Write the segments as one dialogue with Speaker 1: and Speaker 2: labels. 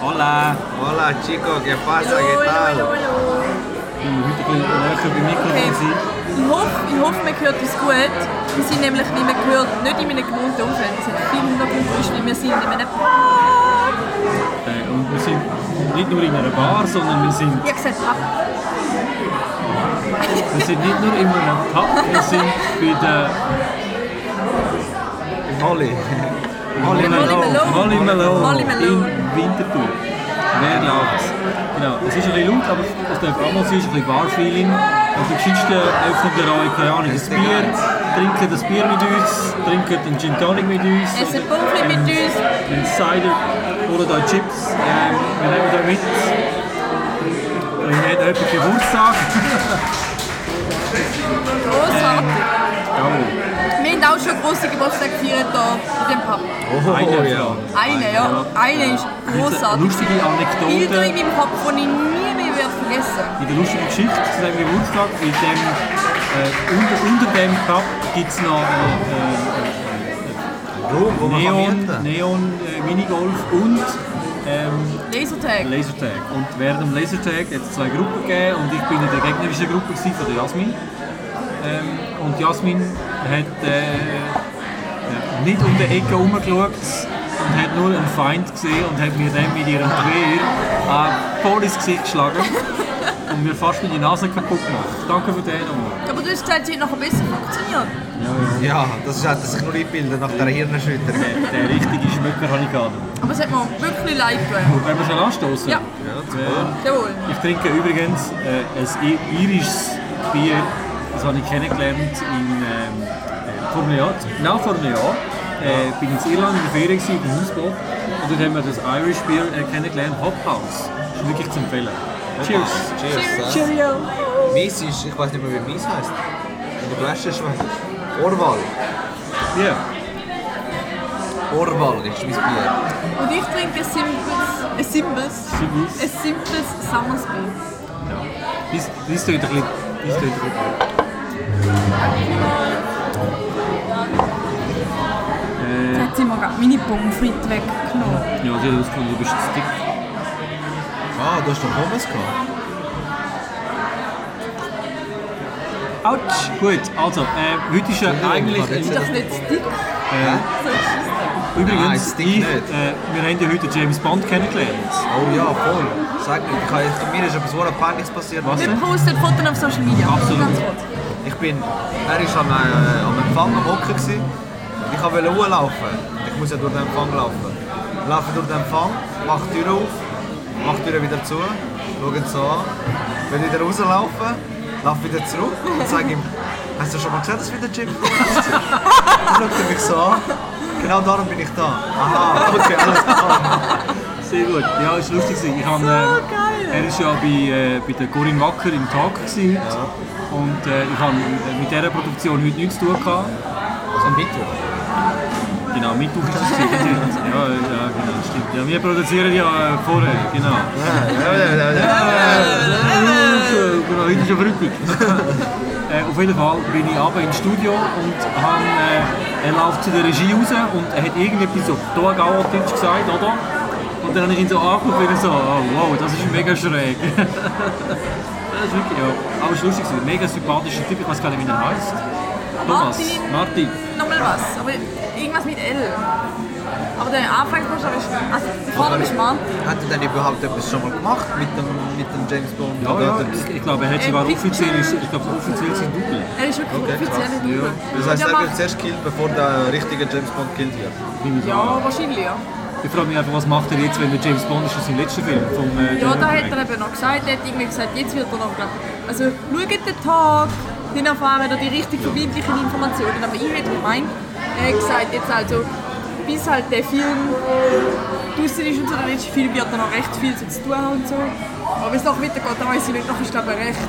Speaker 1: Hola.
Speaker 2: Hola chicos, ¿qué pasa? ¿Qué tal?
Speaker 1: Heute können wir Mikro
Speaker 3: Okay.
Speaker 1: sein.
Speaker 3: Ich hoffe, ich hoffe, man hört uns gut. Wir sind nämlich, wie man gehört, nicht in meinem gewohnten Umfeld. Es hat viel Hintergrundgeräusche, wir sind in einem Park.
Speaker 1: Äh, Und wir sind nicht nur in einer Bar, sondern wir sind,
Speaker 3: Ich habe gesagt, Park.
Speaker 1: wir sind nicht nur in einem Pub, wir sind bei der
Speaker 2: Holly.
Speaker 1: Molly
Speaker 3: Malone.
Speaker 1: Molly Malone.
Speaker 3: Molly Malone.
Speaker 1: In Winterthur. Nou, Wer glaubt Genau. Es ist ein bisschen laut, aber es darf auch mal sein, es ist ein bisschen Bar-Feeling. Und die Geschichte öffnet ihr euch, keine Ahnung, ein Bier, trinken das Bier mit uns, trinken einen Gin Tonic mit uns. oder
Speaker 3: Essen Bofli mit
Speaker 1: einen-
Speaker 3: uns.
Speaker 1: Einen Cider, holen euch Chips. Ähm, wir nehmen euch mit. Wir haben heute Geburtstag.
Speaker 3: Grossartig.
Speaker 1: Jawohl.
Speaker 3: Wir haben auch schon grosse Geburtstage gefeiert hier in dem Pub.
Speaker 2: Oh,
Speaker 1: Eine
Speaker 2: ja.
Speaker 1: Frage.
Speaker 3: Eine, ja. Eine ist grossartig.
Speaker 1: Lustige Anekdote.
Speaker 3: Bilder in meinem Kopf, die ich nie mehr werde vergessen
Speaker 1: in der lustigen Geschichte zu diesem Geburtstag. In dem, äh, unter, unter dem Cup gibt es noch äh,
Speaker 2: Room, wo
Speaker 1: äh,
Speaker 2: man kann
Speaker 1: Neon,
Speaker 2: mieten.
Speaker 1: Neon äh, Minigolf und ähm,
Speaker 3: werde. Lasertag.
Speaker 1: Lasertag. Und während dem Lasertag hat es zwei Gruppen gegeben und ich bin in der gegnerischen Gruppe gewesen von der Jasmin. Ähm, und Jasmin hat äh, äh, nicht um die Ecke herumgeschaut und hat nur einen Feind gesehen und hat mir dann mit ihrem Gewehr äh, voll ins Gesicht geschlagen und mir fast meine Nase kaputt gemacht. Danke für den nochmal.
Speaker 3: Aber du hast gesagt, sie hat nachher besser funktioniert.
Speaker 2: Ja, das hat sich nur eingebildet nach der Hirnerschütterung.
Speaker 1: Den, den richtigen Schmöcker habe ich gehabt.
Speaker 3: Aber es hat mir wirklich leid getan.
Speaker 1: Wollen wir schon anstoßen?
Speaker 3: Ja.
Speaker 1: Ehm,
Speaker 3: Jawohl.
Speaker 1: Ich trinke übrigens äh, ein I- irisches Bier. Das habe ich kennengelernt in ähm, äh, vor einem Jahr. Genau vor einem Jahr äh, bin ich in Irland in der Ferien gewesen, im Hausboot. Und dort haben wir das Irish Bier äh, kennengelernt, Hop House. Das ist wirklich zu empfehlen. Cheers!
Speaker 2: Cheers. Cheers.
Speaker 3: Cheerio.
Speaker 2: Mies ist, ich weiß nicht mehr, wie Mies heißt. In der Flasche ist was. Orval.
Speaker 1: Yeah.
Speaker 2: Orval ist mein Bier.
Speaker 3: Und ich trinke ein simples, ein simples,
Speaker 1: Simples.
Speaker 3: ein simples Summersbier.
Speaker 1: Ja. Dies, dies tönt ein bisschen. Dies tönt ein bisschen.
Speaker 3: Jetzt hat sie mir gerade meine Pommes frites weggenommen.
Speaker 1: Ja, sie hat herausgefunden, du bist zu dick.
Speaker 2: Ah, du hast doch Pommes gehabt.
Speaker 1: Autsch! Gut, also, äh, heute ist ja eigentlich.
Speaker 2: ich
Speaker 3: Ist
Speaker 2: kann
Speaker 3: das nicht zu dick?
Speaker 1: Übrigens,
Speaker 2: Nein, es
Speaker 1: ich,
Speaker 2: stinkt
Speaker 1: äh,
Speaker 2: nicht.
Speaker 1: wir haben ja heute James Bond kennengelernt.
Speaker 2: Oh ja, voll. Sag mir, ich habe, jetzt- mir ist etwas so Peinliches passiert.
Speaker 1: Was?
Speaker 3: Wir posten Fotos auf Social Media.
Speaker 1: Absolut.
Speaker 3: Ganz kurz.
Speaker 2: Ich bin, er war am, äh, am Empfang am Hocken. gsi. Ich wollte hochlaufen. Ich muss ja durch den Empfang laufen. Ich laufe durch den Empfang, mache die Tür auf, mache die Tür wieder zu, schaue ihn so an. Will wieder rauslaufen, laufe wieder zurück und sage ihm, hast du schon mal gesehen, dass wieder Jim Brown ist? Dann schaut er mich so an. Genau darum bin ich da. Aha, okay, alles klar.
Speaker 1: Sehr gut. Ja, ist lustig. gewesen. Ich habe, äh, er ist ja bei, äh, bei der Corinne Wacker im Tag gewesen heute. Und äh, ich habe mit dieser Produktion heute nichts zu tun gehabt.
Speaker 2: So ein Video.
Speaker 1: Genau, Mittwoch ist es gewesen. Ja, äh, ja, genau, stimmt. Ja, wir produzieren ja äh, vorher, genau. Genau, heute ist ja Freitag. äh, auf jeden Fall bin ich aber ins Studio und han, äh, er läuft zu der Regie raus und er hat irgendetwas auf Togauer-Deutsch gesagt, oder? Und dann habe ich ihn so angeguckt und bin so, oh, wow, das ist mega schräg. das ist wirklich, ja. Aber es war lustig, gewesen. mega sympathischer Typ, ich weiß gar nicht, wie er heißt. Thomas,
Speaker 3: Martin.
Speaker 1: Martin.
Speaker 3: Nochmal was. Aber irgendwas mit L. Aber der Anfangsbuchstabe ist. Also, der Vorname ist Martin.
Speaker 2: Hat er denn überhaupt etwas schon mal gemacht mit dem, mit dem James Bond?
Speaker 1: Ja,
Speaker 2: Oder
Speaker 1: ja,
Speaker 2: hat er-
Speaker 1: ich, ich glaube, er hat
Speaker 3: Äh,
Speaker 1: sogar
Speaker 3: Picture.
Speaker 1: offiziell, ich glaube, offiziell sein Double.
Speaker 3: Er ist wirklich
Speaker 2: Okay, krass.
Speaker 3: offiziell in der Gruppe.
Speaker 2: Das
Speaker 3: Und
Speaker 2: heißt,
Speaker 3: er
Speaker 2: er wird
Speaker 3: macht-
Speaker 2: zuerst gekillt, bevor der richtige James Bond gekillt wird.
Speaker 1: nehme ich an.
Speaker 3: Ja, wahrscheinlich, ja.
Speaker 1: Ich frage mich einfach, was macht er jetzt, wenn der James Bond ist aus seinem letzten Film? Vom, äh, Daniel
Speaker 3: Ja, da hat
Speaker 1: Craig?
Speaker 3: er eben noch gesagt, er hat irgendwie gesagt, jetzt wird er noch gerade. Also schaut den Tag, dann erfahren wir die richtig verbindlichen Informationen. Aber ich hätte gemeint, er hat gesagt, jetzt also, bis halt der Film draußen ist und so, der letzte Film wird er noch recht viel so zu tun haben und so. Aber wenn es noch weitergeht, dann weiß ich nicht, noch ist glaube ich recht,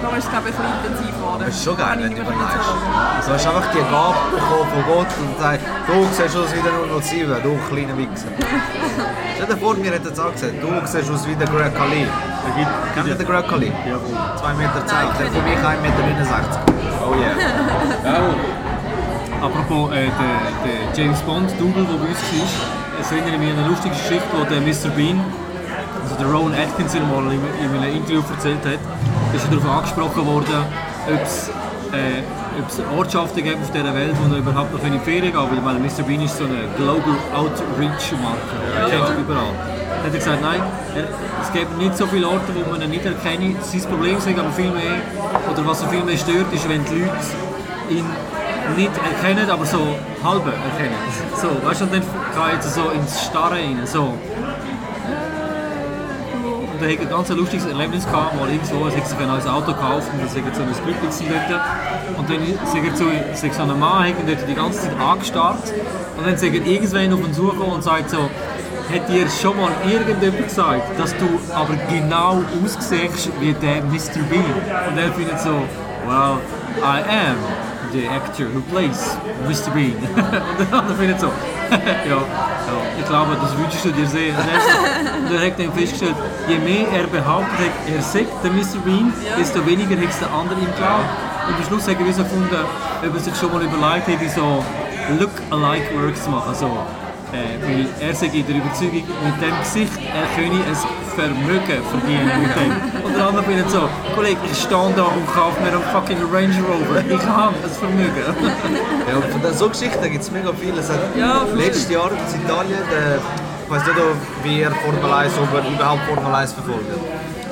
Speaker 3: noch ist glaube ich ein bisschen intensiv geworden.
Speaker 2: Das ist schon geil,
Speaker 3: Kann
Speaker 2: wenn
Speaker 3: ich
Speaker 2: du
Speaker 3: nicht mehr
Speaker 2: überlegst.
Speaker 3: so sagen.
Speaker 2: Du hast einfach die Gabe bekommen von Gott und sagt, du siehst aus wie der 007, du kleiner Wichser. Stell dir vor, mir hat jetzt auch gesagt, du siehst aus wie der Greg Khali.
Speaker 1: Er gibt,
Speaker 2: Kennt ihr den Greg Khali?
Speaker 1: Jawohl.
Speaker 2: 2,10 Meter,
Speaker 3: Nein,
Speaker 2: der
Speaker 3: kenn
Speaker 2: für mich 1,69 Meter. Oh yeah.
Speaker 1: Jawohl. Apropos äh, der, der James Bond Double, der bei uns war, es erinnere mich an eine lustige Geschichte, wo der Mr. Bean also der Rowan Atkinson mal in, in einem Interview erzählt hat, ist er darauf angesprochen worden, ob es äh, ob es Ortschaften gibt auf dieser Welt, wo er überhaupt noch in die Ferien gehen kann, weil ich meine, Mr. Bean ist so eine Global Outreach-Marke, ja. kennst du überall. Dann hat er gesagt, nein, er, es gibt nicht so viele Orte, wo man ihn nicht erkennt. Sein Problem ist aber viel mehr, oder was ihn viel mehr stört, ist, wenn die Leute ihn nicht erkennen, aber so halb erkennen. So, weißt du, und dann kann er jetzt so ins Starre rein, so. Und er hat ein ganz lustiges Erlebnis gehabt, mal irgendwo, er hat sich ein neues Auto gekauft und dann war so ein Glück gewesen dort. Und dann ist er zu sich so einem Mann, hat ihn dort die ganze Zeit angestarrt. Und dann sagt er irgendwann auf ihn suchen und sagt so, hat dir schon mal irgendjemand gesagt, dass du aber genau aussiehst wie der Mr. Bean? Und er findet so, well, I am the actor who plays Mr. Bean. und der andere findet so, ja, ja, ich glaube, das wünschst du dir sehr. Und er so- und er hat dann festgestellt, je mehr er behauptet hat, er sei der Mr. Bean, desto weniger hat es der andere ihm geglaubt. Und am Schluss hat er so gefunden, ob er sich schon mal überlegt hätte, so Look-alike Works zu machen. So, äh, weil er sei in eh, der Überzeugung, mit dem Gesicht, er könne ein Vermögen verdienen mit dem. Und der andere findet so, Kollege, ich stehe da und kaufe mir einen fucking Range Rover. Ich habe ein Vermögen.
Speaker 2: Ja, und von den- so Geschichten gibt es mega viele. Es hat
Speaker 3: Ja, voll.
Speaker 2: letztes Jahr in Italien, der, ich weiß nicht, ob wir Formel 1 oder überhaupt Formel 1 verfolgen.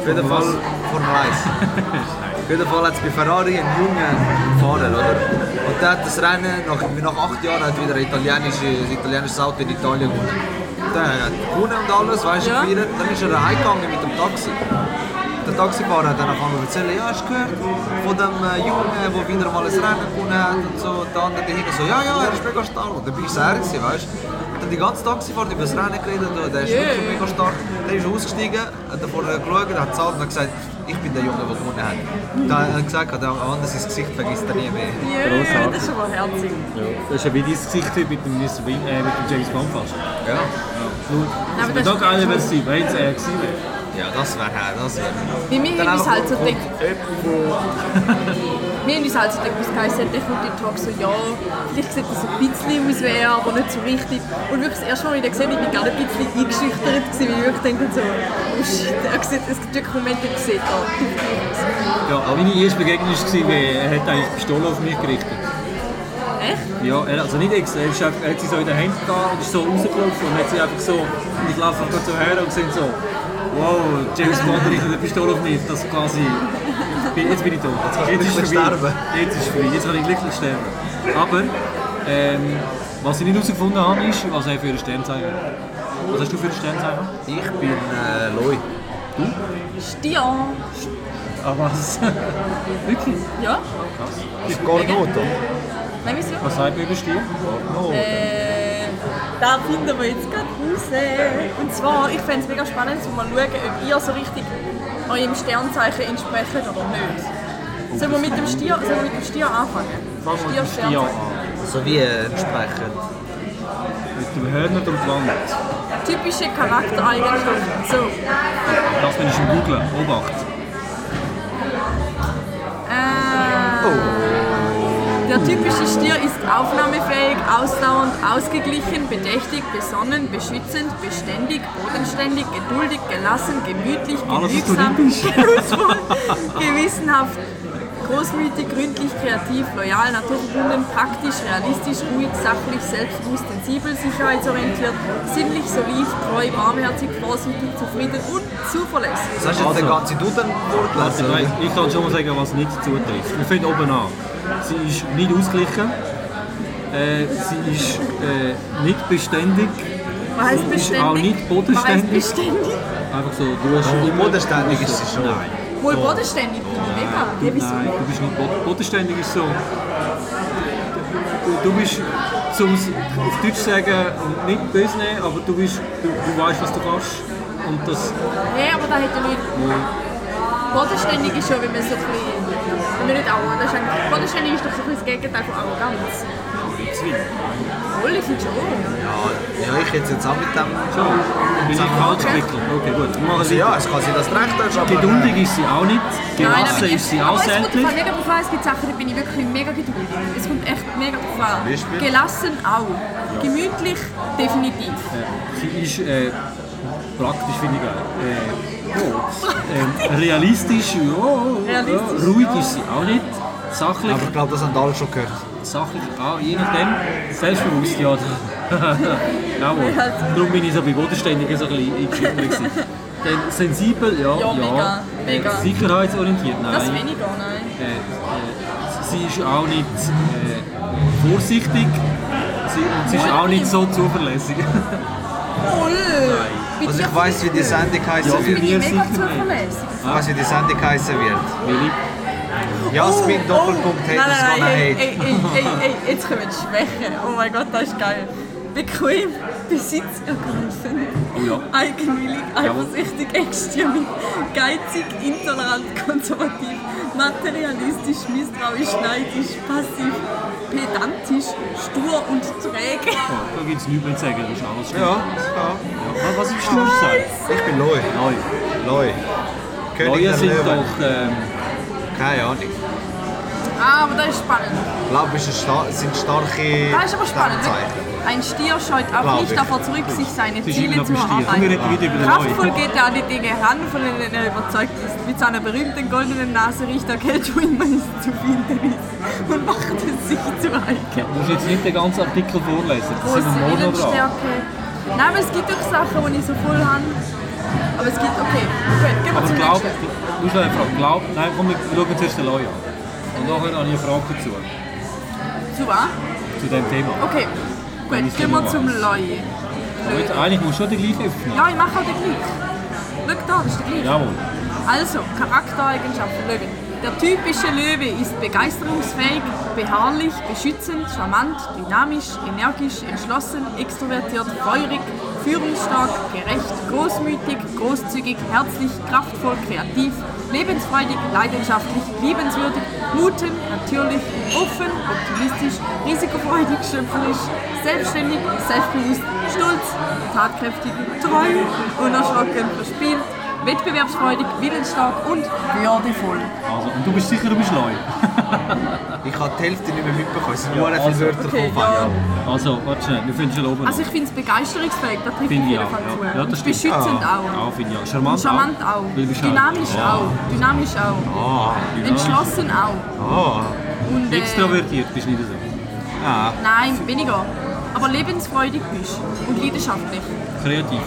Speaker 2: Auf jeden
Speaker 1: Formel
Speaker 2: Fall
Speaker 1: was?
Speaker 2: Formel 1. Auf jeden Fall hat es bei Ferrari einen jungen Fahrer, oder? Und der hat das Rennen nach, nach acht Jahren hat wieder ein italienisches, ein italienisches Auto in Italien gewonnen. Der hat gewonnen und alles, weißt du,
Speaker 3: Ja.
Speaker 2: gefeiert. dann ist er heimgegangen mit dem Taxi. Der Taxifahrer hat dann angefangen zu erzählen, ja, hast du gehört von dem äh, Jungen, der wieder mal ein Rennen gewonnen hat und so. Der andere dahinter so, ja, ja, er ist mega stark. Und dann bist du er gewesen, weißt du. Und dann die ganze Taxifahrt über das Rennen geredet und der ist
Speaker 3: Yeah.
Speaker 2: wirklich mega stark. Der ist ausgestiegen, hat davor geschaut, hat gezahlt und hat gesagt, ich bin der Junge, der gewonnen hat. Und dann hat er gesagt, der andere sein Gesicht vergisst er nie mehr.
Speaker 3: Yeah, das ist aber herzig.
Speaker 1: Das ist ja dus wie dein Gesicht heute mit dem, Mr. Bean, äh, mit dem James Bond Nou, fast.
Speaker 2: Ja,
Speaker 1: Nur,
Speaker 3: aber
Speaker 1: das
Speaker 3: das
Speaker 1: wäre doch
Speaker 3: ist-
Speaker 1: geiler, wenn es die Welt äh, gewesen wäre.
Speaker 2: ja das wäre das wär.
Speaker 3: Bei mir
Speaker 2: Dann
Speaker 3: haben uns
Speaker 2: einfach
Speaker 3: halt so
Speaker 2: vom-
Speaker 3: gedacht, wir haben uns halt so gedacht, was Guys hat, ich würde den Tag so, ja, vielleicht sieht das ein bisschen aus wie er, aber nicht so richtig. Und wirklich das erste Mal, als ich ihn gesehen habe, ich bin gerade ein bisschen eingeschüchtert gewesen, weil ich wirklich denke so, oh shit, er sieht, es gibt wirklich Momente, ich sehe da, du bist
Speaker 1: Ja, aber meine erste Begegnung war, wie er hat eigentlich die Pistole auf mich gerichtet.
Speaker 3: Echt?
Speaker 1: Ja, er, also nicht extra, er, ist einfach, er hat sie so in den Händen gehabt und ist so rausgelaufen und hat sie einfach so, und ich laufe einfach so her und sehe so, wow, James Bond richtet eine Pistole auf mich, das quasi, ich bin, jetzt bin ich tot.
Speaker 2: kannst du glücklich sterben.
Speaker 1: Jetzt ist es vorbei, jetzt kann ich glücklich sterben. Aber, ähm, was ich nicht herausgefunden habe, ist, was er für ein Sternzeichen hat. Was hast du für ein Sternzeichen?
Speaker 2: Ich bin äh, Loi.
Speaker 3: Stian.
Speaker 1: Ah, was? Wirklich?
Speaker 3: Ja?
Speaker 2: Gordoto.
Speaker 3: Nein, wieso?
Speaker 1: Was sagt man über Stier? Oh.
Speaker 3: Äh, da finden wir jetzt gerade raus. Und zwar, ich fände es mega spannend, zu mal schauen, ob ihr so richtig eurem Sternzeichen entsprecht oder nicht. Sollen wir mit dem Stier, sollen wir mit dem Stier anfangen?
Speaker 1: Fangen wir mit dem Stier an.
Speaker 2: So wie äh, entsprechend.
Speaker 1: Mit dem Hörner und dem Wand.
Speaker 3: Typische Charaktereigenschaften. So,
Speaker 1: Das bin ich im Googlen. Obacht.
Speaker 3: äh, der typische Stier ist aufnahmefähig, ausdauernd, ausgeglichen, bedächtig, besonnen, beschützend, beständig, bodenständig, geduldig, gelassen, gemütlich,
Speaker 1: Alles, was du
Speaker 3: genügsam.
Speaker 1: nicht bist.
Speaker 3: anspruchsvoll, gewissenhaft, großmütig, gründlich, kreativ, loyal, naturverbunden, praktisch, realistisch, ruhig, sachlich, selbstbewusst, sensibel, sicherheitsorientiert, sinnlich, solid, treu, barmherzig, vorsichtig, zufrieden und zuverlässig.
Speaker 2: Sollst du jetzt den
Speaker 1: Also.
Speaker 2: ganzen Duden
Speaker 1: Also, nein,
Speaker 2: vorgelesen?
Speaker 1: ich kann schon mal sagen, was nicht zutrifft. Wir fangen oben an. Sie ist nicht ausgeglichen. Äh, sie ist äh, nicht beständig.
Speaker 3: Man
Speaker 1: Sie
Speaker 3: heißt
Speaker 1: ist
Speaker 3: beständig.
Speaker 1: auch nicht
Speaker 3: Man heißt
Speaker 1: bodenständig.
Speaker 3: beständig.
Speaker 1: Einfach so, du hast
Speaker 2: Oh,
Speaker 1: immer-
Speaker 2: bodenständig ist sie schon.
Speaker 1: Nein.
Speaker 3: Wohl bodenständig bin ich
Speaker 1: Du,
Speaker 3: mega. Ah, Ja, wieso?
Speaker 1: nein, du bist nicht bod bodenständig. Ist so. Du, du bist, um es auf Deutsch zu sagen, nicht böse, nehmen, aber du, bist, du, du weißt, was du kannst. Und das
Speaker 3: Nein, aber da hätte ich nicht. Bodenständig ist schon, wenn man so ein bisschen. Wenn man nicht auch. Das ist eigentlich, bodenständig ist doch so ein bisschen das Gegenteil von Arroganz. Wohl, ich finde schon.
Speaker 2: Ja, ja, ich jetzt jetzt auch mit dem.
Speaker 1: schon. Bin ich falsch gewickelt? Okay, gut. Wir machen
Speaker 2: Also ja, es kann sein, dass du recht hast, aber... äh,
Speaker 1: Geduldig ist sie auch nicht, gelassen ist sie auch
Speaker 3: aber es kommt
Speaker 1: selten.
Speaker 3: drauf an, mega drauf an. Es gibt Sachen, da bin ich wirklich mega geduldig. Es kommt echt mega drauf an.
Speaker 2: Beispiel?
Speaker 3: Gelassen auch. Gemütlich definitiv.
Speaker 1: Sie ist äh, Praktisch finde ich geil. Äh, ja. ähm, realistisch, ja.
Speaker 3: Realistisch,
Speaker 1: ja. Ruhig
Speaker 3: ja.
Speaker 1: ist sie auch nicht. Sachlich,
Speaker 2: Aber ich glaube, das haben alle schon gehört.
Speaker 1: sachlich auch, je nachdem. Selbstbewusst, ja. Jawohl.
Speaker 3: Ja. also-
Speaker 1: Darum bin ich so bei Bodenständigen so ein bisschen eingeschüchtert. gewesen. Dann sensibel, ja.
Speaker 3: Ja, mega, mega.
Speaker 1: Äh, sicherheitsorientiert, nein.
Speaker 3: Das weniger, nein.
Speaker 1: Äh, äh, sie ist auch nicht äh, vorsichtig sie, und sie ist auch nicht so zuverlässig.
Speaker 3: Voll! Bei
Speaker 2: Also
Speaker 3: dir
Speaker 2: ich weiß, wie die
Speaker 3: voll.
Speaker 2: Sendung heißen
Speaker 1: Ja,
Speaker 2: wird.
Speaker 1: wie-
Speaker 3: Bin ich
Speaker 1: Mir
Speaker 3: mega
Speaker 1: sicher
Speaker 3: zuverlässig.
Speaker 2: Ich weiß, wie die Sendung heißen wird.
Speaker 1: Willi?
Speaker 2: Jasmin Doppelpunkt
Speaker 3: Oh, Nein,
Speaker 2: Haters
Speaker 3: nein,
Speaker 2: Gonna
Speaker 3: nein, ey,
Speaker 2: Hate.
Speaker 3: ey, ey, ey, ey, jetzt kommen die Schwächen. Oh mein Gott, das ist geil. Bequem, besitzergreifend,
Speaker 1: Oh ja.
Speaker 3: eigenwillig, eifersüchtig, engstirnig, geizig, intolerant, konservativ, materialistisch, misstrauisch, neidisch, passiv, pedantisch, stur und träge.
Speaker 1: Oh, da gibt es nichts mehr zu sagen, das ist alles schlimm.
Speaker 2: Ja, ja.
Speaker 1: Was, was ist Sturz sein?
Speaker 2: Ich bin Loi.
Speaker 1: Neu.
Speaker 2: Loi. König
Speaker 1: Neue
Speaker 2: der
Speaker 1: sind
Speaker 2: Löwen.
Speaker 1: doch ähm,
Speaker 2: Keine Ahnung.
Speaker 3: Ah, aber das ist spannend.
Speaker 2: Laub ist ein sta sind starke
Speaker 3: Das Ah, ist aber spannend.
Speaker 2: Sternzeichen.
Speaker 3: Ein Stier scheut auch
Speaker 2: Glaub
Speaker 3: nicht
Speaker 2: ich.
Speaker 3: davor zurück, sich seine
Speaker 1: das ist immer
Speaker 3: Ziele
Speaker 1: noch
Speaker 3: zu
Speaker 1: ein Stier. Und wir
Speaker 3: erarbeiten.
Speaker 1: reden wieder über den
Speaker 3: Kraftvoll
Speaker 1: Neu.
Speaker 3: geht er an die Dinge ran, von denen er überzeugt ist. Mit seiner berühmten goldenen Nase riecht er Geld, wo immer es zu finden ist. Und macht es sich zu eigen.
Speaker 1: Du musst jetzt nicht den ganzen Artikel vorlesen, das
Speaker 3: Große
Speaker 1: sind wir morgen noch dran.
Speaker 3: Willensstärke. Nein, aber es gibt auch Sachen, die ich so voll habe. Aber es gibt, okay, gut, gehen wir
Speaker 1: Aber
Speaker 3: zum
Speaker 1: glaub,
Speaker 3: nächsten.
Speaker 1: du hast eine Frage. Glaub, nein, komm, wir schauen zuerst den Loi an. Und nachher habe ich eine Frage dazu,
Speaker 3: Zu wahr?
Speaker 1: zu diesem Thema.
Speaker 3: Okay,
Speaker 1: Dann
Speaker 3: gut,
Speaker 1: ist
Speaker 3: gehen
Speaker 1: der
Speaker 3: wir zum
Speaker 1: Loi.
Speaker 3: Leu.
Speaker 1: Aber jetzt, eigentlich musst du schon den gleichen öffnen.
Speaker 3: Ja, ich mache auch den gleich. Schau da, das ist der gleich.
Speaker 1: Jawohl.
Speaker 3: Also, Charaktereigenschaften Löwe. Der typische Löwe ist begeisterungsfähig, beharrlich, beschützend, charmant, dynamisch, energisch, entschlossen, extrovertiert, feurig, führungsstark, gerecht, großmütig, großzügig, herzlich, kraftvoll, kreativ, lebensfreudig, leidenschaftlich, liebenswürdig, mutig, natürlich, offen, optimistisch, risikofreudig, schöpferisch, selbstständig, selbstbewusst, stolz, tatkräftig, treu, unerschrocken, verspielt, wettbewerbsfreudig, willensstark und würdevoll.
Speaker 1: Also, und du bist sicher, du bist neu.
Speaker 2: Ich habe die Hälfte nicht mehr mitbekommen. Es sind
Speaker 1: Ja,
Speaker 2: nur viele
Speaker 1: also,
Speaker 2: Wörter
Speaker 3: ne? okay,
Speaker 2: vom
Speaker 3: ja.
Speaker 2: Fang.
Speaker 1: Also, warte schnell, wir finden schon oben.
Speaker 3: Also ich finde es begeisterungsfähig, da trifft
Speaker 1: Finde ich
Speaker 3: auf jeden
Speaker 1: auch,
Speaker 3: Fall
Speaker 1: ja.
Speaker 3: zu.
Speaker 1: Ja, das
Speaker 3: Und
Speaker 1: stimmt. Ah,
Speaker 3: beschützend auch.
Speaker 1: auch finde ich auch.
Speaker 3: Und
Speaker 1: Charmant,
Speaker 3: charmant auch.
Speaker 1: Weil du bist auch- Ah.
Speaker 3: Dynamisch
Speaker 1: Ja.
Speaker 3: auch. Dynamisch auch.
Speaker 2: Ah,
Speaker 3: Entschlossen auch.
Speaker 2: ah.
Speaker 3: Und, äh,
Speaker 1: Extrovertiert bist du nicht so.
Speaker 2: Ah,
Speaker 3: nein, weniger. Aber lebensfreudig bist und leidenschaftlich.
Speaker 1: Kreativ,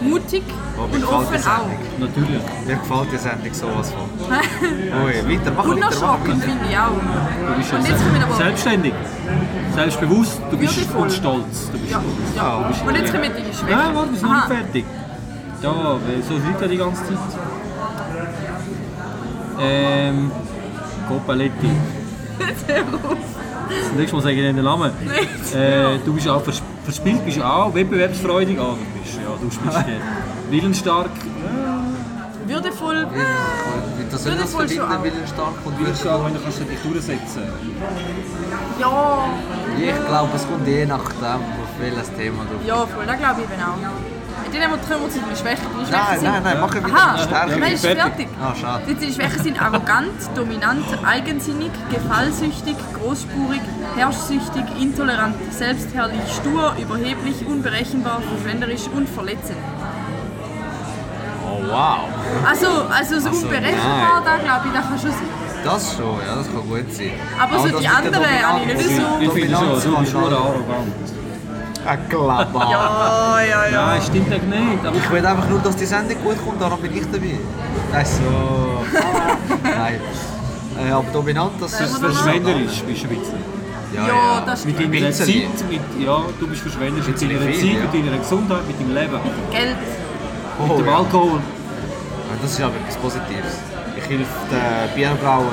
Speaker 3: Mutig
Speaker 2: Oh, mir
Speaker 3: und
Speaker 2: gefällt
Speaker 3: offen
Speaker 2: das
Speaker 3: auch.
Speaker 1: natürlich.
Speaker 2: mir gefällt die Sendung sowas von. Ui, weiter, mach weiter, mach
Speaker 3: Unerschrocken
Speaker 2: weiter.
Speaker 3: finde ich auch.
Speaker 1: Du bist
Speaker 3: Und jetzt kommen aber-
Speaker 1: selbstständig, selbstbewusst, du bist
Speaker 3: Würdevoll.
Speaker 1: und stolz. Du bist
Speaker 3: Ja,
Speaker 1: Ah,
Speaker 3: ja.
Speaker 2: Ja,
Speaker 3: Und jetzt kommen die Schwächen.
Speaker 1: Nein, warte, wir sind noch
Speaker 3: Aha.
Speaker 1: nicht fertig. Ja, weil so liegt er die ganze Zeit. Ähm, Copaletti. Das nächste Mal sage ich nicht den Namen. Äh, du bist auch vers verspielt, bist auch wettbewerbsfreudig. Ah, du bist, ja, du bist äh, willensstark.
Speaker 3: Würdevoll.
Speaker 2: Das soll das
Speaker 3: Würdevoll schon
Speaker 2: verbinden,
Speaker 3: auch.
Speaker 2: willensstark und
Speaker 1: Willensstark,
Speaker 2: würdevoll.
Speaker 1: wenn du kannst dich durchsetzen.
Speaker 3: Ja.
Speaker 2: Ich glaube, es kommt je nachdem, auf welches Thema du...
Speaker 3: Ja, voll, das glaube ich eben auch. Und Dann haben wir kommen wir zu den Schwächen. Die Schwächen
Speaker 2: Nein,
Speaker 3: sind...
Speaker 2: nein, nein, mach wieder
Speaker 3: Aha,
Speaker 2: stärker.
Speaker 3: nein, ist fertig.
Speaker 2: Ah, schade.
Speaker 3: Jetzt die Schwächen sind arrogant, dominant, eigensinnig, gefallsüchtig, großspurig, herrschsüchtig, intolerant, selbstherrlich, stur, überheblich, unberechenbar, verschwenderisch und verletzend.
Speaker 2: Oh, wow.
Speaker 3: Also, also so unberechenbar,
Speaker 2: nein.
Speaker 3: da glaube ich, das kann schon sein.
Speaker 2: Das schon, ja, das kann gut sein.
Speaker 3: Aber so
Speaker 2: das
Speaker 3: die
Speaker 2: mit der
Speaker 3: anderen
Speaker 2: Dominanz-
Speaker 3: habe ich nicht
Speaker 1: Ich,
Speaker 3: so.
Speaker 1: ich finde schon,
Speaker 2: Dominanz
Speaker 1: du bist
Speaker 2: kann
Speaker 1: nur
Speaker 2: ich auch.
Speaker 1: arrogant.
Speaker 2: Ah, klar.
Speaker 3: Ja, ja,
Speaker 1: Nein, stimmt eigentlich nicht. Aber
Speaker 2: Ich will einfach nur, dass die Sendung gut kommt, darum bin ich dabei. Nein, so. Nein. Äh, aber dominant, das
Speaker 1: das
Speaker 2: ist
Speaker 1: ist verschwenderisch bist du ein bisschen.
Speaker 2: Ja,
Speaker 3: Ja, das stimmt.
Speaker 1: Mit deiner
Speaker 2: Bisschen.
Speaker 1: Zeit, mit, ja, du bist verschwenderisch mit
Speaker 2: Bisschen
Speaker 1: deiner Zeit,
Speaker 2: viel, ja.
Speaker 1: mit deiner Gesundheit, mit deinem Leben, mit
Speaker 3: Geld.
Speaker 2: Oh,
Speaker 1: dem
Speaker 2: ja.
Speaker 1: Alkohol.
Speaker 2: Das ist aber etwas Positives. Ich helfe den Bierbrauer.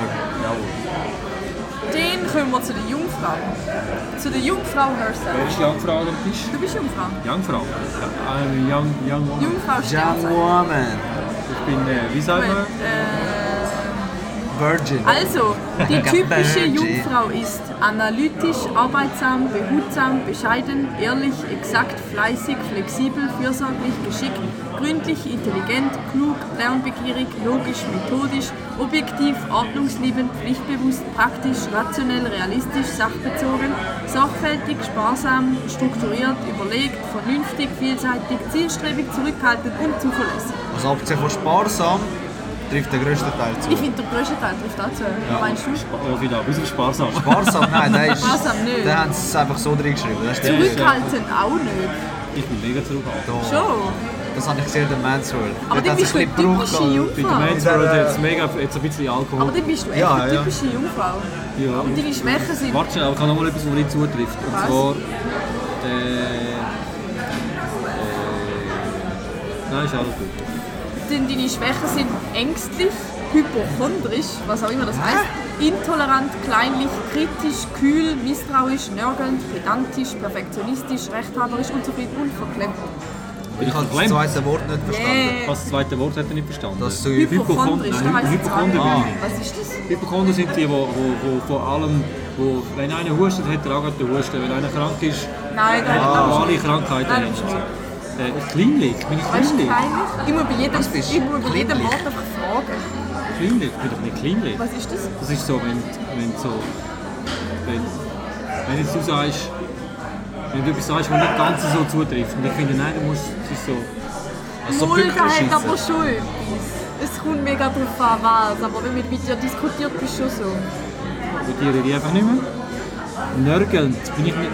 Speaker 3: Dann kommen wir zu der Jungfrau. Zu der Jungfrau herself.
Speaker 1: Wer ist die Jungfrau am Tisch?
Speaker 3: Du bist Jungfrau.
Speaker 1: Jungfrau. Ja, I'm a young, young woman.
Speaker 3: Jungfrau
Speaker 2: Young
Speaker 3: Sternzeichen.
Speaker 2: Woman.
Speaker 1: Ich bin, äh, wie sagt
Speaker 3: Moment,
Speaker 1: man?
Speaker 3: äh,
Speaker 2: Virgin.
Speaker 3: Also, die typische
Speaker 2: Virgin.
Speaker 3: Jungfrau ist analytisch, arbeitsam, behutsam, bescheiden, ehrlich, exakt, fleißig, flexibel, fürsorglich, geschickt, gründlich, intelligent, klug, lernbegierig, logisch, methodisch, objektiv, ordnungsliebend, pflichtbewusst, praktisch, rationell, realistisch, sachbezogen, sorgfältig, sparsam, strukturiert, überlegt, vernünftig, vielseitig, zielstrebig, zurückhaltend und zuverlässig.
Speaker 2: Also abgesehen von sparsam trifft der grösste Teil zu.
Speaker 3: Ich finde, der größte Teil trifft dazu. Meinst du?
Speaker 1: Oh, wieder ein bisschen sparsam.
Speaker 2: Sparsam, nein, der ist...
Speaker 3: Sparsam nicht.
Speaker 2: Den haben sie es einfach so drin geschrieben. Das ist der-
Speaker 3: Zurückhaltend auch nicht.
Speaker 1: Ich bin mega zurückhaltend.
Speaker 2: Da.
Speaker 3: Schon.
Speaker 2: Das habe ich gesehen, der Mansworld.
Speaker 3: Aber dann bist du halt eine typische
Speaker 1: Bei der
Speaker 3: Jungfrau.
Speaker 1: Mensa
Speaker 2: In der-
Speaker 1: jetzt mega jetzt ein bisschen Alkohol.
Speaker 3: Ah. Aber dann bist du echt
Speaker 2: Ja,
Speaker 3: eine
Speaker 2: ja.
Speaker 3: typische Jungfrau.
Speaker 1: ja.
Speaker 3: Und deine Schwächen sind.
Speaker 1: Warte schnell, aber ich habe noch mal etwas, was nicht zutrifft. Und
Speaker 3: Was?
Speaker 1: zwar der... Äh, nein, ist alles gut.
Speaker 3: Denn deine Schwächen sind ängstlich, hypochondrisch, was auch immer das heißt, intolerant, kleinlich, kritisch, kühl, misstrauisch, nörgelnd, pedantisch, perfektionistisch, rechthaberisch, unzufrieden und verklemmt.
Speaker 1: Bin ich
Speaker 2: Ich habe das
Speaker 1: verklemmt?
Speaker 2: zweite Wort nicht verstanden.
Speaker 3: Yeah.
Speaker 1: Was das zweite Wort hat er nicht verstanden.
Speaker 2: Das zu
Speaker 3: Hypochondrisch, da
Speaker 1: Nein,
Speaker 3: heisst es auch nicht.
Speaker 1: Hypochonder. Ah.
Speaker 3: Was ist das?
Speaker 1: Hypochonder sind die, die, die, die vor allem, wo, wenn einer hustet, hat er auch gerade den Husten. Wenn einer krank ist,
Speaker 3: Nein, da
Speaker 1: hat er
Speaker 3: ah.
Speaker 1: alle Krankheiten.
Speaker 3: Nein,
Speaker 1: hat. Äh, kleinlich, bin ich
Speaker 3: Weißt du,
Speaker 1: kleinlich?
Speaker 3: kleinlich? Immer bei jedem,
Speaker 2: bist
Speaker 3: immer bei jedem
Speaker 2: kleinlich?
Speaker 3: Wort einfach fragen.
Speaker 1: Kleinlich, bin doch nicht kleinlich.
Speaker 3: Was ist das?
Speaker 1: Das ist so, wenn, wenn so, wenn, wenn jetzt du sagst, wenn du etwas sagst, was nicht ganz so zutrifft. Und ich finde, nein, du musst, es ist so,
Speaker 2: Also
Speaker 3: Wohl,
Speaker 2: Pünktchen
Speaker 3: da hat aber
Speaker 2: schiessen.
Speaker 3: schon etwas. Es kommt mega drauf an, was. Aber wenn man mit dir diskutiert, bist du schon so.
Speaker 1: probiere ich einfach nicht mehr. Nörgelnd, bin ich nicht,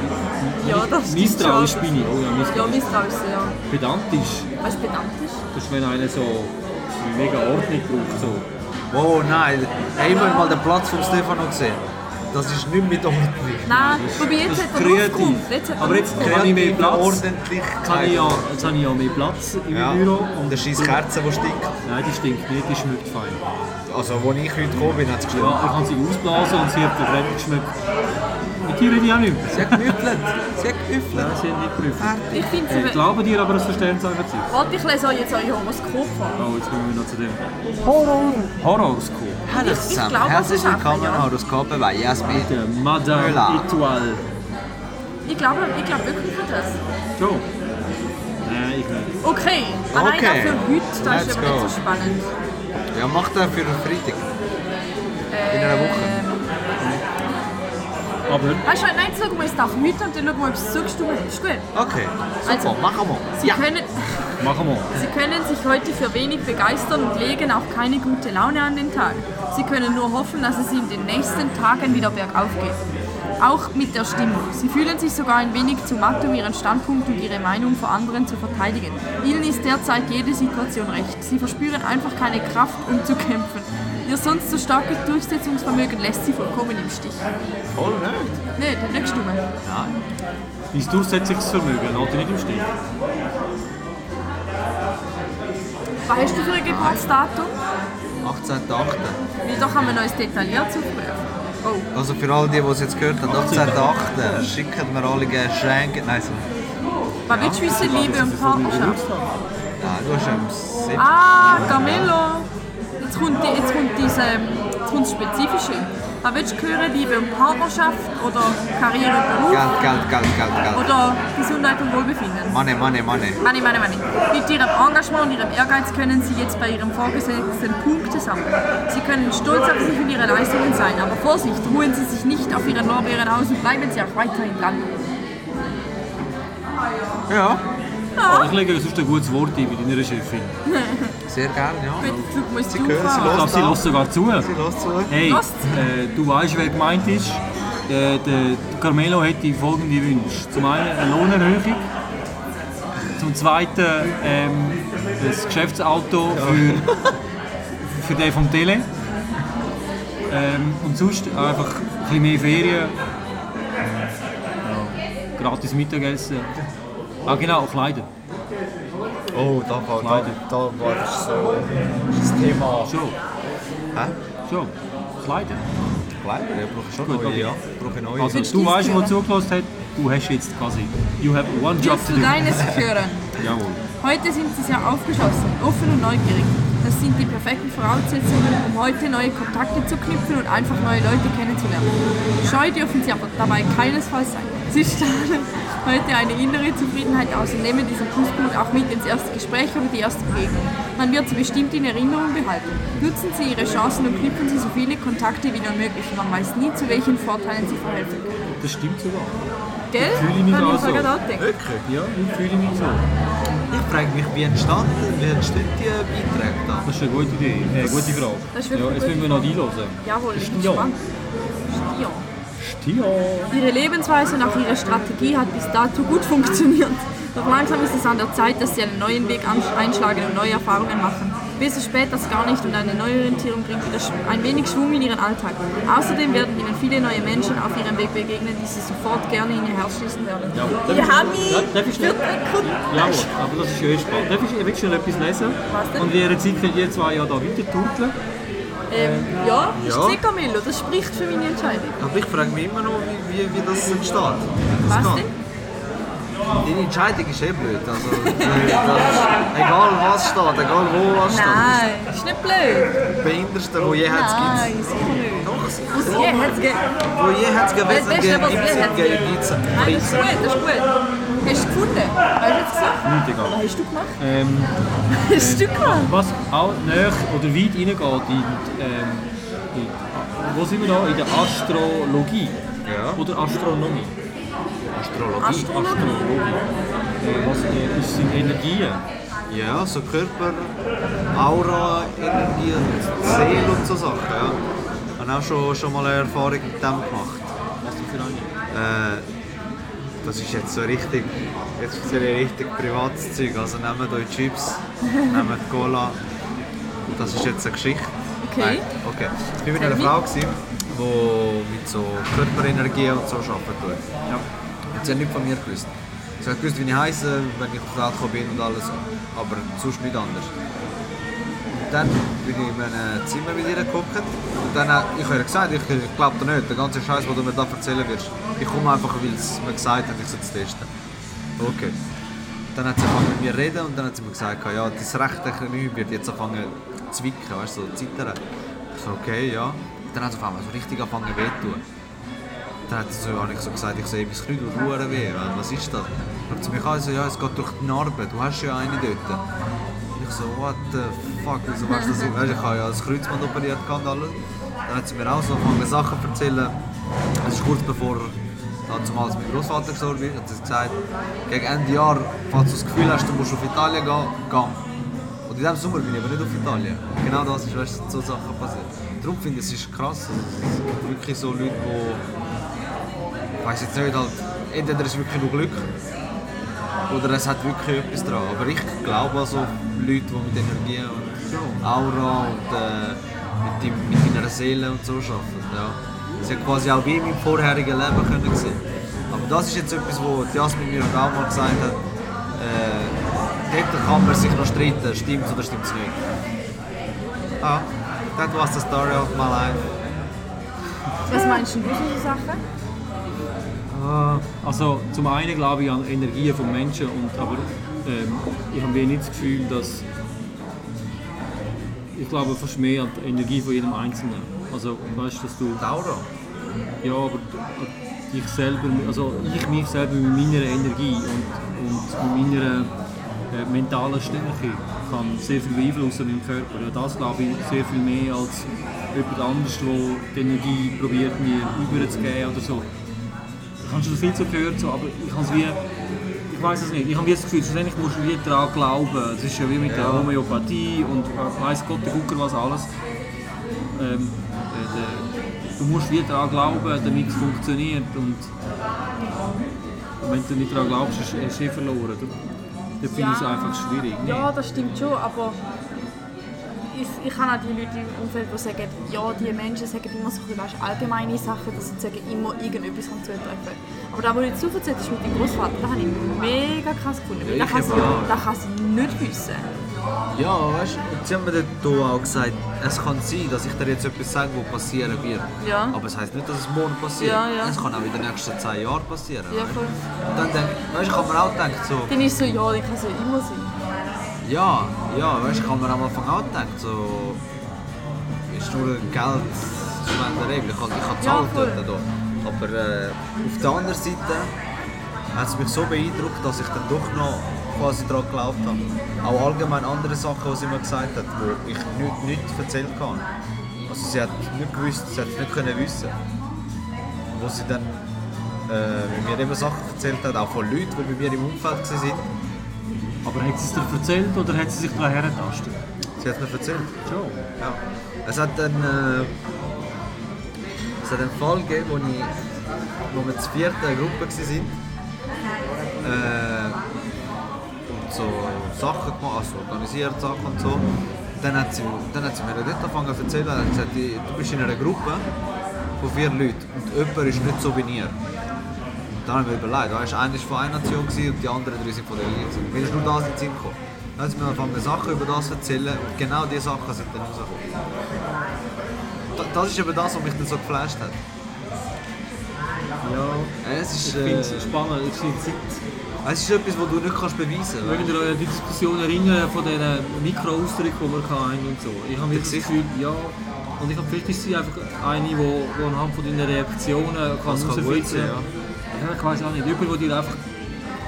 Speaker 3: Ja, das stimmt
Speaker 1: misstrauisch
Speaker 3: schon.
Speaker 1: bin ich, oh ja,
Speaker 3: Ja,
Speaker 1: misstrauisch.
Speaker 3: misstrauisch sehr.
Speaker 1: Pedantisch,
Speaker 3: Weißt du, pedantisch?
Speaker 1: das ist, wenn einer so mega Ordnung braucht, so.
Speaker 2: Wow, nein. Hey, ich habe mal den Platz von Stefano gesehen. Das ist nicht mit ordentlich.
Speaker 3: Nein, wobei jetzt
Speaker 1: Das
Speaker 3: hat
Speaker 1: ist
Speaker 3: er
Speaker 1: kreativ.
Speaker 3: aufgeräumt. Jetzt hat er
Speaker 1: Aber jetzt
Speaker 3: aufgeräumt.
Speaker 1: habe ich mehr Platz. Jetzt habe
Speaker 2: Ordentlichkeit.
Speaker 1: ich ja, jetzt habe ich ja mehr Platz in meinem
Speaker 2: Ja.
Speaker 1: Büro.
Speaker 2: Und der scheiß Kerze, die stinkt.
Speaker 1: Nein, die stinkt nicht, die schmeckt fein.
Speaker 2: Also, als ich heute gekommen bin, hat es
Speaker 1: Ja,
Speaker 2: gestimmt.
Speaker 1: ich kann sie ausblasen und sie hat verbrennt geschmeckt. Mit dir rede ich auch nicht mehr.
Speaker 2: Sie hat geüffnet. Sie hat geüffnet.
Speaker 1: Nein, sie hat nicht geprüft.
Speaker 3: Ich finde
Speaker 1: Äh,
Speaker 3: es aber...
Speaker 1: glauben dir aber, das verstehen sie einfach nicht.
Speaker 3: Warte, ich lese euch jetzt euer Horoskop vor.
Speaker 1: Oh, jetzt kommen wir noch zu dem. Horror. Horoskop.
Speaker 2: Hallo
Speaker 3: Ich- ich
Speaker 2: zusammen.
Speaker 3: glaube,
Speaker 2: Herzlich
Speaker 3: das ist
Speaker 2: willkommen
Speaker 3: auch, ja.
Speaker 2: Horoskope bei Jasmin.
Speaker 1: Der Madame
Speaker 2: Müller.
Speaker 1: Etoile.
Speaker 3: Ich glaube ich glaube wirklich an das.
Speaker 1: So. Nein, Äh, ich nicht.
Speaker 3: Okay. Ah, nein,
Speaker 2: Okay.
Speaker 3: auch für heute, das
Speaker 2: Let's
Speaker 3: ist aber
Speaker 2: go.
Speaker 3: nicht so spannend.
Speaker 2: Ja, mach den für den Freitag. In einer Woche.
Speaker 1: Aber
Speaker 3: Weißt du, nein, jetzt schauen wir uns das heute an und dann schauen wir, ob es zugestimmt hat. Ist gut.
Speaker 2: Okay, super,
Speaker 3: Also,
Speaker 2: machen wir.
Speaker 3: Sie können...
Speaker 1: machen wir.
Speaker 3: Sie können sich heute für wenig begeistern und legen auch keine gute Laune an den Tag. Sie können nur hoffen, dass es in den nächsten Tagen wieder bergauf geht. Auch mit der Stimmung. Sie fühlen sich sogar ein wenig zu matt, um ihren Standpunkt und ihre Meinung vor anderen zu verteidigen. Ihnen ist derzeit jede Situation recht. Sie verspüren einfach keine Kraft, um zu kämpfen. Ihr sonst so starkes Durchsetzungsvermögen lässt sie vollkommen im Stich. Ne,
Speaker 2: Voll ne? nicht.
Speaker 3: Nein, das nicht stimmen.
Speaker 1: Dein Durchsetzungsvermögen lässt dich nicht im Stich.
Speaker 3: Was hast du für ein Geburtsdatum?
Speaker 2: 18.8.
Speaker 3: Weil da kann man uns detailliert zuprüfen. Oh.
Speaker 2: Also für alle die, die es jetzt gehört haben, 18.8. Schicken wir alle gerne Schenke. Nein, so.
Speaker 3: Was willst du wissen, Liebe und Partnerschaft?
Speaker 2: Nein, du hast am 7.
Speaker 3: Ah, Camillo! Jetzt kommt, die, jetzt kommt diese, jetzt kommt das Spezifische. Was willst du hören, Liebe und Partnerschaft oder Karriere und Beruf
Speaker 2: Geld, Geld, Geld, Geld, Geld.
Speaker 3: oder Gesundheit und Wohlbefinden? Ah,
Speaker 2: Money, Money, Money.
Speaker 3: Manni, Manni, Manni. Mit ihrem Engagement und ihrem Ehrgeiz können Sie jetzt bei Ihrem Vorgesetzten Punkte sammeln. Sie können stolz auf sich und Ihre Leistungen sein, aber Vorsicht, ruhen Sie sich nicht auf Ihren Lorbeeren aus und bleiben Sie auch weiterhin dran.
Speaker 2: Ja,
Speaker 3: Ah,
Speaker 1: Ich lege sonst ein gutes Wort ein bei deiner Chefin. Ich
Speaker 2: sehr gerne, ja.
Speaker 3: Gut, du musst du
Speaker 2: hören, Oh.
Speaker 1: glaube,
Speaker 2: Sie
Speaker 3: fahren.
Speaker 1: sie lässt sogar zu.
Speaker 2: Sie los zu.
Speaker 1: Hey,
Speaker 3: Lasst.
Speaker 1: äh, du weißt, wer gemeint ist. Äh, der Carmelo hätte folgende Wünsche. Zum einen eine Lohnerhöhung. Zum zweiten ähm, das Geschäftsauto für, für den vom Tele. Ähm, und sonst einfach ein bisschen mehr Ferien. Ja. Gratis Mittagessen. Ah genau, Kleider.
Speaker 2: Oh, da war, da,
Speaker 1: Kleider.
Speaker 2: da war das so das Thema.
Speaker 1: Schon.
Speaker 2: Hä?
Speaker 1: Schon. Kleider.
Speaker 2: Kleider, ja, brauche ich schon
Speaker 1: Gut,
Speaker 2: neue.
Speaker 1: okay.
Speaker 2: Ja, brauche ich neue.
Speaker 1: Also
Speaker 3: Willst
Speaker 1: du
Speaker 3: du
Speaker 1: weißt,
Speaker 3: es
Speaker 1: wo
Speaker 3: hören?
Speaker 1: zugelassen hat, du hast jetzt quasi. You have one job
Speaker 3: Willst
Speaker 1: to
Speaker 3: du
Speaker 1: do.
Speaker 3: deines hören?
Speaker 1: Jawohl.
Speaker 3: Heute sind sie sehr aufgeschlossen, offen und neugierig. Das sind die perfekten Voraussetzungen, um heute neue Kontakte zu knüpfen und einfach neue Leute kennenzulernen. Scheu dürfen sie aber dabei keinesfalls sein. Sie strahlen heute eine innere Zufriedenheit aus und nehmen diesen Pluspunkt auch mit ins erste Gespräch oder die erste Begegnung. Man wird sie bestimmt in Erinnerung behalten. Nutzen Sie Ihre Chancen und knüpfen Sie so viele Kontakte wie nur möglich. Man weiß nie, zu welchen Vorteilen Sie verhelfen können.
Speaker 1: Das stimmt sogar.
Speaker 3: Gell?
Speaker 1: Fühle ich mich
Speaker 3: Kann
Speaker 1: auch
Speaker 3: ich
Speaker 1: so.
Speaker 3: sogar auch denken.
Speaker 2: Wirklich?
Speaker 1: Ja, ich fühle mich so.
Speaker 2: Ich frage mich, wie entstand, wie entstehen die Beiträge da?
Speaker 1: Das ist eine gute Idee, äh, gute Frage.
Speaker 3: das ist
Speaker 1: ja,
Speaker 3: wirklich
Speaker 1: jetzt müssen wir noch einlösen.
Speaker 3: Jawohl, ich bin
Speaker 1: Stier.
Speaker 3: gespannt. Stier.
Speaker 1: Stier.
Speaker 3: Ihre Lebensweise und auch ihre Strategie hat bis dato gut funktioniert. Doch langsam ist es an der Zeit, dass sie einen neuen Weg ansch- einschlagen und neue Erfahrungen machen. Besser spät als gar nicht und eine Neuorientierung bringt wieder Schw- ein wenig Schwung in ihren Alltag. Außerdem werden ihnen viele neue Menschen auf ihrem Weg begegnen, die sie sofort gerne in ihr Herz schließen werden.
Speaker 1: Ja.
Speaker 3: Wir haben ihn!
Speaker 1: Ja, darf ich
Speaker 3: Für
Speaker 1: nicht?
Speaker 3: den Kunden.
Speaker 1: Jawohl, aber das ist ja eh spannend. Darf ich, ich will schon etwas lesen.
Speaker 3: Was denn?
Speaker 1: Und in ihrer Zeit könnt ihr zwei ja da weiter turteln.
Speaker 3: Ähm, ja, ich
Speaker 2: Ja.
Speaker 3: sehe Camillo, das spricht für meine Entscheidung.
Speaker 2: Aber ich frage mich immer noch, wie, wie, wie das entsteht. Das
Speaker 3: Was
Speaker 2: geht.
Speaker 3: denn?
Speaker 2: Deine Entscheidung ist eh blöd. Also, das, egal was steht, egal wo was steht.
Speaker 3: Nein, ist nicht blöd.
Speaker 2: Das Behinderste, wo je hat's gibt.
Speaker 3: Nein, sicher nicht.
Speaker 2: Doch, sicher.
Speaker 3: Aus ihr hat's ge-
Speaker 2: Wo je hat's gewesen,
Speaker 3: Wer- wer ist
Speaker 2: gibt
Speaker 3: der, was je
Speaker 2: es
Speaker 3: hat's gegeben? Nein, Ah, das ist gut, das ist gut. Hast du gefunden? Hast du jetzt gesagt?
Speaker 2: Hm,
Speaker 1: Nicht egal.
Speaker 3: Was hast du gemacht?
Speaker 1: Ähm,
Speaker 3: Hast du gemacht?
Speaker 1: was auch näher oder weit reingeht in, die, ähm, in wo sind wir da? In der Astrologie.
Speaker 2: Ja.
Speaker 1: Oder Astronomie.
Speaker 2: Astrologie.
Speaker 3: Astronomie.
Speaker 1: Äh, was äh, ist sind Energien?
Speaker 2: Ja, so Körper, Aura, Energie, Seele und so Sachen. Ja. Ich habe auch schon, schon mal eine Erfahrung mit dem gemacht.
Speaker 1: Was denn für eine?
Speaker 2: Äh, das ist jetzt so richtig, jetzt erzähle ich richtig privates Zeug. Also nehmt euch Chips, nehmt Cola. Das ist jetzt eine Geschichte.
Speaker 3: Okay.
Speaker 2: Nein, okay. Ich war mit
Speaker 3: Tell
Speaker 2: einer
Speaker 3: me.
Speaker 2: Frau, gewesen, die mit so Körperenergie und so arbeiten tut.
Speaker 1: Ja.
Speaker 2: Und sie hat nichts von mir gewusst. Sie hat gewusst, wie ich heiße, wenn ich auf die Welt gekommen bin und alles. Aber sonst nichts anders. Und dann bin ich in einem eh, Zimmer mit ihr geguckt. Und dann habe ich habe ihr gesagt, ich glaube dir nicht, der ganze Scheiß, den du mir da erzählen wirst. Ich komme einfach, weil es mir gesagt hat, ich soll es testen. Okay. Dann hat sie angefangen mit mir reden und dann hat sie mir gesagt, ja, das rechte Knie wird jetzt anfangen zu zwicken, weißt du, so zu zittern. Ich so, okay, ja. Dann hat sie auf einmal so richtig angefangen weh zu tun. Dann hat sie so, habe ich so gesagt, ich sehe mein Knie tut verdammt weh, weil was ist das? Dann schaut sie mich an, so, ja, es geht durch die Narbe, du hast ja eine dort. Ich so, what the fuck, wieso weißt du das? Weißt, ich habe ja das Kreuzband operiert gehabt und alles. Dann hat sie mir auch so angefangen Sachen zu erzählen. Es ist kurz bevor dann zumal mein Großvater gestorben ist, hat sie gesagt, gegen Ende Jahr, falls du das Gefühl hast, du musst auf Italien gehen, geh. Und in diesem Sommer bin ich aber nicht auf Italien. Genau das ist, weißt du, so Sachen passiert. Darum finde ich, es ist krass. Es gibt wirklich so Leute, die, ich weiss jetzt nicht, halt, entweder ist wirklich nur Glück oder es hat wirklich etwas dran. Aber ich glaube an so Leute, die mit Energie und Aura und äh, mit, dem, mit deiner Seele und so arbeiten. Ja. Sie hat quasi auch wie in meinem vorherigen Leben können sehen. Aber das ist jetzt etwas, was die Jasmin mir auch mal gesagt hat. Äh, dort kann man sich noch streiten, stimmt oder stimmt es nicht. Ah, that was the story of my life.
Speaker 3: Was meinst du für solche Sachen?
Speaker 1: Also zum einen glaube ich an Energien vom Menschen, und, aber ähm, ich habe wenig das Gefühl, dass ich glaube fast mehr an die Energie von jedem Einzelnen. Also weißt du, dass du
Speaker 2: Die Aura?
Speaker 1: ja, aber ich selber, also ich mich selber mit meiner Energie und, und mit meiner äh, mentalen Stärke kann sehr viel beeinflussen an meinem Körper. Ja, das glaube ich sehr viel mehr als jemand anderes, der die Energie probiert mir überzugeben oder so. Ich habe schon viel zu gehört, so, aber ich habe es wie, ich weiß es nicht, ich habe wie das Gefühl, schlussendlich musst du wie daran glauben. Es ist ja wie mit der
Speaker 2: Ja.
Speaker 1: Homöopathie und weiß Gott, der Gucker was alles ähm, äh, der- du musst wie daran glauben, damit es funktioniert. Und wenn du nicht daran glaubst, hast hast du eh verloren. Du- Dann finde ich es einfach schwierig. ne? Nee.
Speaker 3: Ja, das stimmt schon, aber ich, ich habe auch die Leute im Umfeld, die sagen, ja, die Menschen sagen immer so ein bisschen, weißt, allgemeine Sachen, dass sie sagen, immer irgendetwas kann zutreffen. Aber da, wo du jetzt aufgezählt hast mit deinem Großvater, da habe ich mega krass gefunden. weil Da
Speaker 2: Ich
Speaker 3: kann, sie,
Speaker 2: eben auch.
Speaker 3: da kann sie nicht wissen.
Speaker 2: Ja, weißt du, sie haben mir dort hier auch gesagt, es kann sein, dass ich dir jetzt etwas sage, was passieren wird.
Speaker 3: Ja.
Speaker 2: Aber es heisst nicht, dass es morgen passiert.
Speaker 3: Ja, ja.
Speaker 2: Es kann auch in den nächsten zehn Jahren passieren.
Speaker 3: Ja,
Speaker 2: weißt?
Speaker 3: voll.
Speaker 2: Und dann denk, weißt, du, ich habe mir auch gedacht, so,
Speaker 3: Dann ist so, ja, dann kann sie ja immer sein.
Speaker 2: Ja, ja, weißt du, kann man am Anfang auch denken, so... Ist nur Geld Schwenderei, weil ich kann, ich kann
Speaker 3: Ja,
Speaker 2: zahlen
Speaker 3: voll.
Speaker 2: dort. da. Aber äh, auf der anderen Seite hat es mich so beeindruckt, dass ich dann doch noch quasi daran geglaubt habe. Auch allgemein andere Sachen, die sie mir gesagt hat, wo ich nichts nicht erzählt kann. Also sie hat nicht gewusst, sie hat es nicht können wissen wo sie dann äh, mit mir eben Sachen erzählt hat, auch von Leuten, die bei mir im Umfeld waren. Sie
Speaker 1: Aber hat sie es dir erzählt oder hat sie sich daran hergetastet?
Speaker 2: hat mir erzählt.
Speaker 1: Schon.
Speaker 2: Ja. Es hat einen, äh, es hat einen Fall gegeben, wo, ich, wo wir zu vierten Gruppe waren. Äh, und so Sachen gemacht, also organisiert Sachen und so. Dann hat sie, dann hat sie mir dort angefangen zu erzählen, hat gesagt, "Ich- du bist in einer Gruppe von vier Leuten und jemand ist nicht so bei dir. Dann haben wir überlegt, weißt, du, einer war von einer Nation gewesen und die anderen drei sind von der Linie. Wie ist nur das in den Sinn gekommen? Dann haben wir angefangen, Sachen über das zu erzählen und genau diese Sachen sind dann rausgekommen. Da- Das ist eben das, was mich dann so geflasht hat. Ja, es
Speaker 1: Ich
Speaker 2: ist, äh,
Speaker 1: finde es spannend. Es ist,
Speaker 2: es ist etwas, was du nicht kannst beweisen kannst.
Speaker 1: wenn ihr euch an die Diskussion erinnern von diesen Mikroausdrücken, die wir hatten und so. Ich habe wirklich das
Speaker 2: Gesicht.
Speaker 1: Gefühl, ja. Und ich habe vielleicht ist sie einfach eine, die die anhand von deinen Reaktionen kann
Speaker 2: Das kann gut
Speaker 1: herausfinden.
Speaker 2: sein, ja.
Speaker 1: Ja, ich weiß auch nicht. Jemand, der dir einfach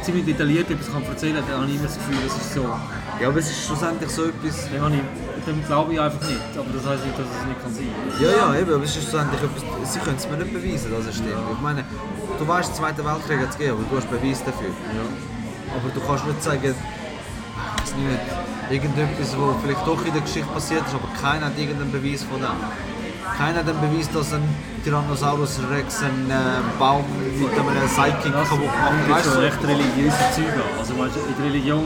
Speaker 1: ziemlich detailliert etwas kann erzählen kann, dann habe ich immer das Gefühl, das ist so.
Speaker 2: Ja, aber es ist schlussendlich so etwas.
Speaker 1: Dem, habe ich, dem glaube ich einfach nicht. Aber das heisst nicht, dass es nicht kann sein kann.
Speaker 2: Ja, ja, eben, aber es ist schlussendlich etwas. Sie können es mir nicht beweisen, dass es stimmt. Ich meine, du weißt, den Zweiten Weltkrieg hat es gegeben, aber du hast Beweis dafür. Aber du kannst nicht sagen, es nicht irgendetwas, was vielleicht doch in der Geschichte passiert ist, aber keiner hat irgendeinen Beweis von dem. Keiner hat den Beweis, dass ein Tyrannosaurus Rex einen äh, Baum mit einem Sidekick
Speaker 1: Das
Speaker 2: kaputt macht.
Speaker 1: ist
Speaker 2: Weißt
Speaker 1: so
Speaker 2: du?
Speaker 1: recht religiöse Zeug an. Also weißt, du, in der Religion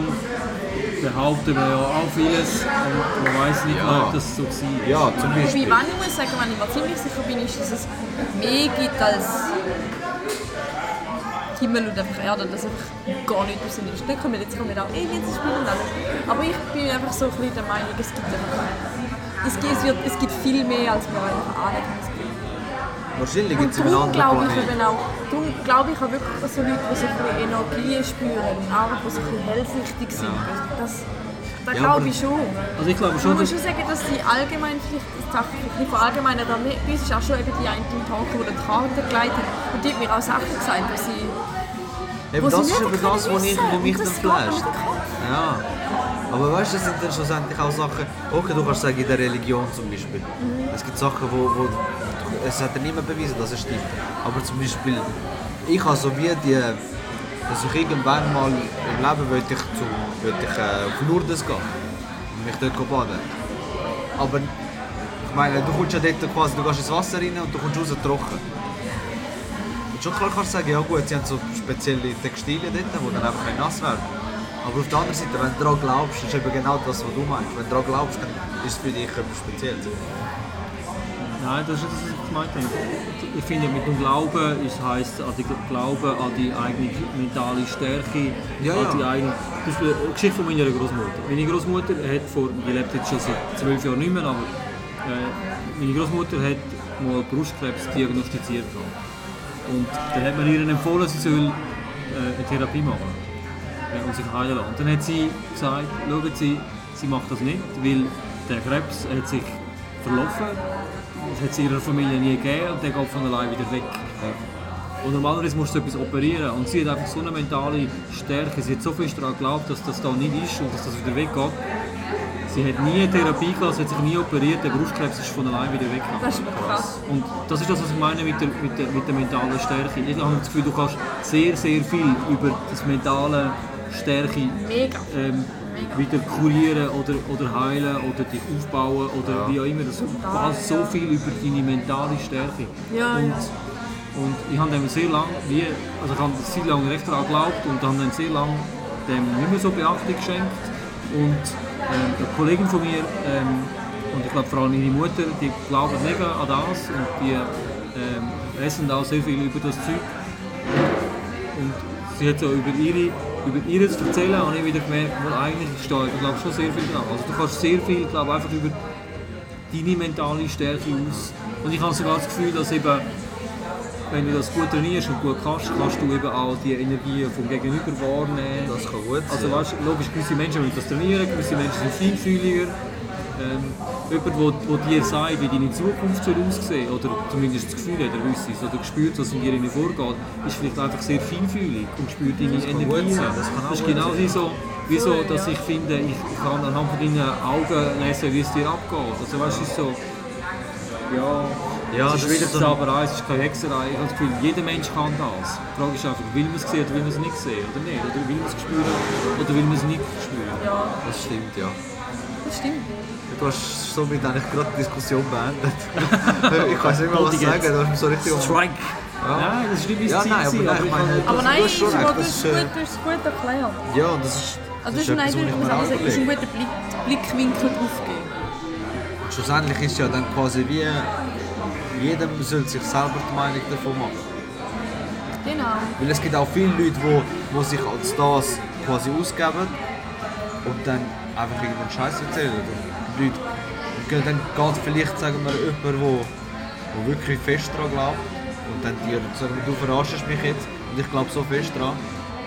Speaker 1: behaupten wir ja auch vieles, aber man weiß nicht,
Speaker 2: Ja.
Speaker 1: ob das so war.
Speaker 2: Ja, zum
Speaker 3: Wobei,
Speaker 2: Beispiel.
Speaker 3: wenn ich muss sagen, wenn ich mir ziemlich sicher bin, ist, dass es mehr gibt als Himmel und einfach Erde, dass einfach gar nichts aus ist. Dann können wir jetzt kommen wir auch eh Aliens spielen und alles. Aber ich bin einfach so ein bisschen der Meinung, es gibt einfach es gibt, es, wird, es gibt viel mehr, als wir einfach ahnen
Speaker 2: Wahrscheinlich
Speaker 3: können.
Speaker 2: gibt
Speaker 3: Und
Speaker 2: es einen
Speaker 3: darum
Speaker 2: anderen
Speaker 3: glaube ich
Speaker 2: Planeten.
Speaker 3: eben auch, darum glaube ich auch wirklich, dass so Leute, die so ein bisschen Energie spüren, auch die so ein bisschen hellsichtig sind, das, das
Speaker 2: Ja,
Speaker 3: glaube
Speaker 2: aber-
Speaker 3: ich schon.
Speaker 1: Also ich glaube
Speaker 3: Man
Speaker 1: schon,
Speaker 3: muss
Speaker 1: dass,
Speaker 3: schon sagen, dass die allgemein vielleicht die Sachen nicht verallgemeinern, aber mir- bei uns ist auch schon irgendwie ein im Talk, der die Karte gelegt hat und die hat mir auch Sachen gesagt, die sie,
Speaker 2: Eben,
Speaker 3: wo
Speaker 2: das ist
Speaker 3: sie nicht
Speaker 2: eben das,
Speaker 3: können
Speaker 2: was ich,
Speaker 3: wissen.
Speaker 2: wo mich
Speaker 3: Und
Speaker 2: dann
Speaker 3: das geht mir
Speaker 2: flasht.
Speaker 3: nicht in den Kopf.
Speaker 2: Ja. Aber weißt du, das sind dann schlussendlich auch Sachen. Okay, du kannst sagen, in der Religion zum Beispiel. Es gibt Sachen, wo, wo es hat ja niemand bewiesen, dass es stimmt. Aber zum Beispiel, ich habe so wie die, dass ich irgendwann mal im Leben wollte ich, zu, wollte ich äh, auf Lourdes gehen und mich dort baden. Aber ich meine, du kommst ja dort quasi, du gehst ins Wasser rein und du kommst raus trocken. Und schon klar kannst du sagen, ja gut, sie haben so spezielle Textilien dort, die dann einfach nicht nass werden. Aber auf der anderen Seite, wenn du daran glaubst, ist eben genau das, was du meinst. Wenn du daran glaubst, dann ist es für dich etwas Spezielles.
Speaker 1: nein, das ist das, was ich gemeint habe. Ich finde, mit dem Glauben ist, heisst an die Glauben an die eigene mentale Stärke,
Speaker 2: Ja,
Speaker 1: an die
Speaker 2: ja.
Speaker 1: eigene... Zum Beispiel eine Geschichte von meiner Großmutter. Meine Großmutter hat vor, die lebt jetzt schon seit zwölf Jahren nicht mehr, aber äh, meine Großmutter hat mal Brustkrebs diagnostiziert. gehabt. Und dann hat man ihr empfohlen, sie soll äh, eine Therapie machen äh, und sich heilen lassen. Und dann hat sie gesagt, schauen Sie, sie macht das nicht, weil der Krebs hat sich verlaufen, das hat sie ihrer Familie nie gegeben und der geht von allein wieder weg. Und normalerweise musst du etwas operieren und sie hat einfach so eine mentale Stärke, sie hat so viel daran geglaubt, dass das da nicht ist und dass das wieder weggeht. Sie hat nie Therapie gehabt, sie hat sich nie operiert, der Brustkrebs ist von allein wieder weggegangen.
Speaker 3: das ist wirklich krass.
Speaker 1: Und das ist das, was ich meine mit der, mit der, mit der mentalen Stärke. Ich habe das Gefühl, du kannst sehr, sehr viel über das mentale Stärke
Speaker 3: Mega.
Speaker 1: ähm, wieder kurieren oder, oder heilen oder dich aufbauen oder wie auch immer. Das passt so viel über deine mentale Stärke.
Speaker 3: Ja,
Speaker 1: und,
Speaker 3: ja.
Speaker 1: und ich habe dem sehr lange, wie, also ich habe sehr lange recht daran geglaubt und habe dann sehr lange dem nicht mehr so Beachtung geschenkt. Und ähm, eine Kollegin von mir, ähm, und ich glaube vor allem ihre Mutter, die glauben mega an das und die ähm, essen auch sehr viel über das Zeug. Und sie hat so über ihre über ihr zu erzählen, habe ich wieder gemerkt, wo eigentlich ich stehe. Ich glaube schon sehr viel dran. Also du kannst sehr viel, glaube einfach über deine mentale Stärke aus. Und ich habe sogar das Gefühl, dass eben wenn du das gut trainierst und gut kannst, kannst du eben auch die Energie vom Gegenüber wahrnehmen.
Speaker 2: Das kann gut
Speaker 1: Also
Speaker 2: sein.
Speaker 1: weißt, logisch, gewisse Menschen müssen das trainieren, gewisse Menschen sind feinfühliger. Ähm, jemand, wo, wo dir sagt, wie deine Zukunft soll aussehen oder zumindest das Gefühl hat, er wüsste es, oder spürt, was in dir innen vorgeht, ist vielleicht einfach sehr feinfühlig und spürt deine
Speaker 2: kann
Speaker 1: Energie.
Speaker 2: gut sein, das kann auch
Speaker 1: das ist
Speaker 2: gut
Speaker 1: genau
Speaker 2: sein.
Speaker 1: wie so, wie so,
Speaker 3: Voll,
Speaker 1: dass
Speaker 3: ja.
Speaker 1: ich finde, ich kann anhand von deinen Augen lesen, wie es dir abgeht. Also weißt du, es ist so, ja,
Speaker 2: Ja,
Speaker 1: es ist
Speaker 2: das ist
Speaker 1: wieder
Speaker 2: so-
Speaker 1: Zauberei, es ist keine Hexerei. Ich habe das Gefühl, jeder Mensch kann das. Die Frage ist einfach, will man es sehen oder will man es nicht sehen? Oder nicht? Oder will man es spüren oder will man es nicht spüren?
Speaker 3: Ja,
Speaker 2: Das stimmt, ja.
Speaker 3: das stimmt.
Speaker 2: Du hast somit eigentlich gerade die Diskussion beendet. ich kann es nicht mehr was
Speaker 1: Goldig
Speaker 2: sagen,
Speaker 1: jetzt.
Speaker 2: du hast mich so richtig auf-
Speaker 1: Strike! Nein, das ist nicht mein
Speaker 2: Ja,
Speaker 1: Ziel.
Speaker 2: nein,
Speaker 1: gewesen,
Speaker 2: aber
Speaker 1: aber ich
Speaker 2: nein, ich
Speaker 1: habe-
Speaker 2: meine-
Speaker 3: Aber
Speaker 2: Das-
Speaker 3: nein,
Speaker 2: das ist
Speaker 3: das ist
Speaker 2: schon
Speaker 3: gut,
Speaker 2: recht,
Speaker 3: das
Speaker 2: das
Speaker 3: ist
Speaker 2: ist, äh,
Speaker 3: gut, das ist gut erklärt.
Speaker 2: um- Ja, das ist.
Speaker 3: Also das ist,
Speaker 2: etwas,
Speaker 3: nein,
Speaker 2: was ich
Speaker 3: ich muss
Speaker 2: mir
Speaker 3: auch sagen, ist ein
Speaker 2: anlege.
Speaker 3: guter Blick, Blickwinkel draufgeben.
Speaker 2: Schlussendlich ist ja dann quasi wie. Jedem soll sich selber die Meinung davon machen.
Speaker 3: Genau.
Speaker 2: Weil es gibt auch viele Leute, die wo, wo sich als das quasi ausgeben und dann einfach irgendeinen Scheiß erzählen. Und die Leute gehen dann geht vielleicht, sagen wir, jemand, der wo, wo wirklich fest daran glaubt und dann dir sagen, du verarschst mich jetzt und ich glaube so fest daran,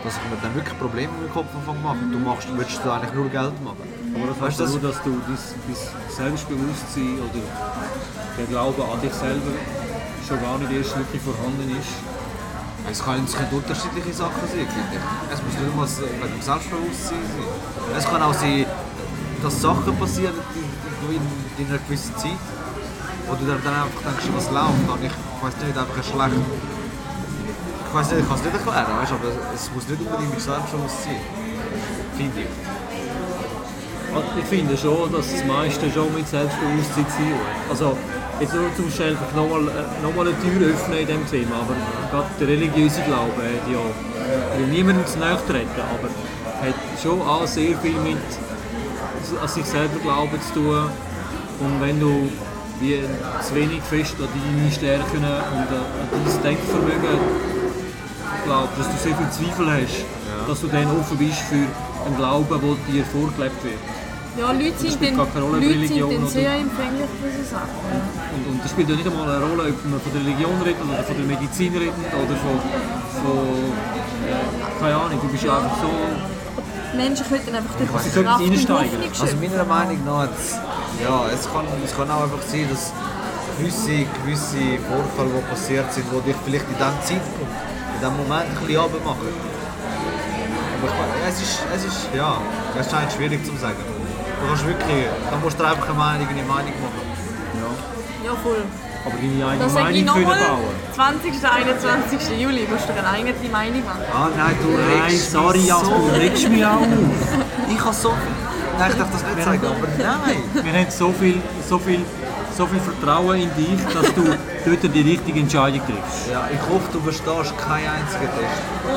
Speaker 2: dass ich mir dann wirklich Probleme im Kopf anfange zu machen. Du machst, willst du eigentlich nur Geld machen.
Speaker 1: Aber das heißt
Speaker 2: Weißt du,
Speaker 1: nur, also dass du dein, dein Selbstbewusstsein oder der Glaube an dich selber schon gar nicht erst wirklich vorhanden ist.
Speaker 2: Es können, es können unterschiedliche Sachen sein, finde ich. Es muss nicht mal so- wegen dem Selbstbewusstsein sein. Es kann auch sein, dass Sachen passieren in, in, in einer gewissen Zeit, wo du dir dann einfach denkst, was läuft. Und ich, ich weiß nicht, einfach ein schlecht. Ich weiß nicht, ich kann es nicht erklären, weißt, du, aber es muss nicht unbedingt mit Selbstbewusstsein sein. Finde ich.
Speaker 1: Also Ich finde schon, dass das meiste schon mit Selbstbewusstsein zu tun hat. Also, jetzt nur zum Beispiel einfach nochmal noch mal eine Tür öffnen in diesem Thema, aber gerade der religiöse Glaube hat ja, ich will niemandem zu nahe treten, aber hat schon auch sehr viel mit an sich selber glauben zu tun. Und wenn du wie zu wenig fest an deine Stärken und an dein Denkvermögen glaubst, dass du sehr viel Zweifel hast, dass du dann offen bist für einen Glauben, der dir vorgelebt wird.
Speaker 3: Ja, Leute
Speaker 1: Das
Speaker 3: sind
Speaker 1: spielt
Speaker 3: dann,
Speaker 1: gar keine Rolle, ob
Speaker 3: Leute sind
Speaker 1: Religion
Speaker 3: dann
Speaker 1: oder-
Speaker 3: sehr empfänglich für so Sachen.
Speaker 1: Und, und das spielt ja nicht einmal eine Rolle, ob man von der Religion redet oder von der Medizin redet oder von. von äh, keine Ahnung, du bist ja einfach so.
Speaker 3: Menschen könnten einfach durch
Speaker 1: Sie
Speaker 3: die
Speaker 1: könnten
Speaker 3: Kraft und
Speaker 1: reinsteigen.
Speaker 3: Hoffnung
Speaker 2: Also
Speaker 3: schöpfen.
Speaker 2: meiner Meinung nach, es- ja, es kann, es kann auch einfach sein, dass gewisse, gewisse Vorfälle, die passiert sind, die dich vielleicht in diesem Zeitpunkt, in diesem Moment ein bisschen runtermachen. Aber ich meine, es ist, es ist, ja, es ist eigentlich schwierig zu sagen. Du kannst wirklich, da musst du einfach eine Meinung, eine Meinung machen.
Speaker 3: Ja, voll.
Speaker 1: Aber deine eigene
Speaker 3: Das sage ich
Speaker 1: Meinung können
Speaker 3: nochmal.
Speaker 1: bauen.
Speaker 3: 20. 21. Juli musst du deine eigene Meinung machen.
Speaker 2: Ah nein, du
Speaker 1: Nein,
Speaker 2: regst
Speaker 1: sorry,
Speaker 2: mich
Speaker 1: Jasmin,
Speaker 2: so.
Speaker 1: du regst mich auch auf.
Speaker 2: Ich kann so Nein, ich darf das nicht sagen, aber nein.
Speaker 1: Wir haben so viel, so, viel, so viel Vertrauen in dich, dass du dort die richtige Entscheidung triffst.
Speaker 2: Ja, ich hoffe, du bestehst keinen einzigen Test.
Speaker 3: Oh,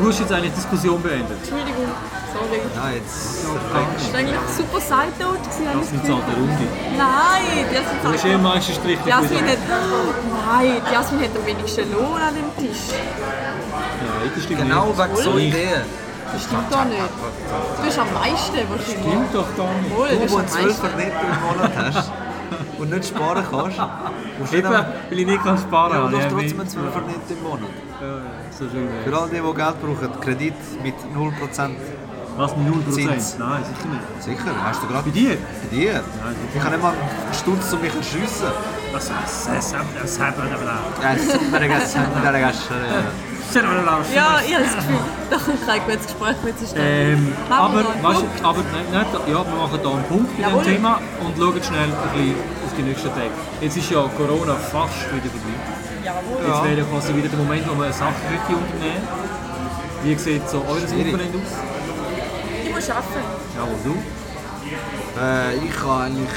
Speaker 1: Du hast jetzt eine Diskussion beendet.
Speaker 3: Entschuldigung. Sorry.
Speaker 2: Nein, jetzt
Speaker 3: Das war eigentlich ein super Side-Note. gewesen, habe
Speaker 1: Das
Speaker 3: ich das
Speaker 1: sind so
Speaker 3: Gefühl.
Speaker 1: eine Runde.
Speaker 3: Nein, das ist
Speaker 1: Du hast eh am meisten Strich
Speaker 3: Jasmin hat. Nein, die Jasmin hat am wenigsten Lohn an dem Tisch.
Speaker 1: Nein, das stimmt
Speaker 2: genau
Speaker 1: nicht.
Speaker 2: wegen so
Speaker 1: Ich-
Speaker 2: Ideen.
Speaker 3: Das stimmt doch nicht. Du bist am meisten wahrscheinlich.
Speaker 1: Stimmt doch gar nicht.
Speaker 3: Wohl, du
Speaker 2: Du,
Speaker 3: bist
Speaker 2: wo
Speaker 3: am
Speaker 2: einen Zwölfer
Speaker 3: meisten.
Speaker 2: nicht im Monat hast und nicht sparen kannst, musst du nicht
Speaker 1: Eben,
Speaker 2: einmal-
Speaker 1: weil ich nicht kann sparen
Speaker 2: Genau. ja,
Speaker 1: kann.
Speaker 2: du hast trotzdem einen Zwölfer nicht im Monat.
Speaker 1: So schön
Speaker 2: Für
Speaker 1: wäre
Speaker 2: all die, die Geld brauchen, Kredit mit 0%.
Speaker 1: Was, 0%?
Speaker 2: Zins.
Speaker 1: Nein, sicher nicht.
Speaker 2: Sicher, hast du gerade
Speaker 1: Bei dir?
Speaker 2: bei dir. Ich habe nicht mal einen Sturz, um mich zu schiessen.
Speaker 1: Das ist das
Speaker 2: Ja, super, ganz super, ganz
Speaker 3: Ja, ich habe das Gefühl, da kommt kein gutes Gespräch mit zustande.
Speaker 1: ähm,
Speaker 3: Machen wir
Speaker 1: aber,
Speaker 3: noch einen
Speaker 1: weißt,
Speaker 3: Punkt?
Speaker 1: du, aber nein, nein, da- ja, wir machen hier einen Punkt bei
Speaker 3: Jawohl.
Speaker 1: diesem Thema und schauen schnell ein bisschen auf die nächsten Tage. Jetzt ist ja Corona fast wieder vorbei.
Speaker 3: Jawohl.
Speaker 1: Jetzt wäre ja quasi wieder der Moment, wo man eine Sache könnte unternehmen Wie sieht so euer
Speaker 2: Schwierig.
Speaker 1: Wochenende aus?
Speaker 3: Ich muss arbeiten.
Speaker 2: Nou,
Speaker 1: Jawohl, du?
Speaker 2: Äh, ich habe eigentlich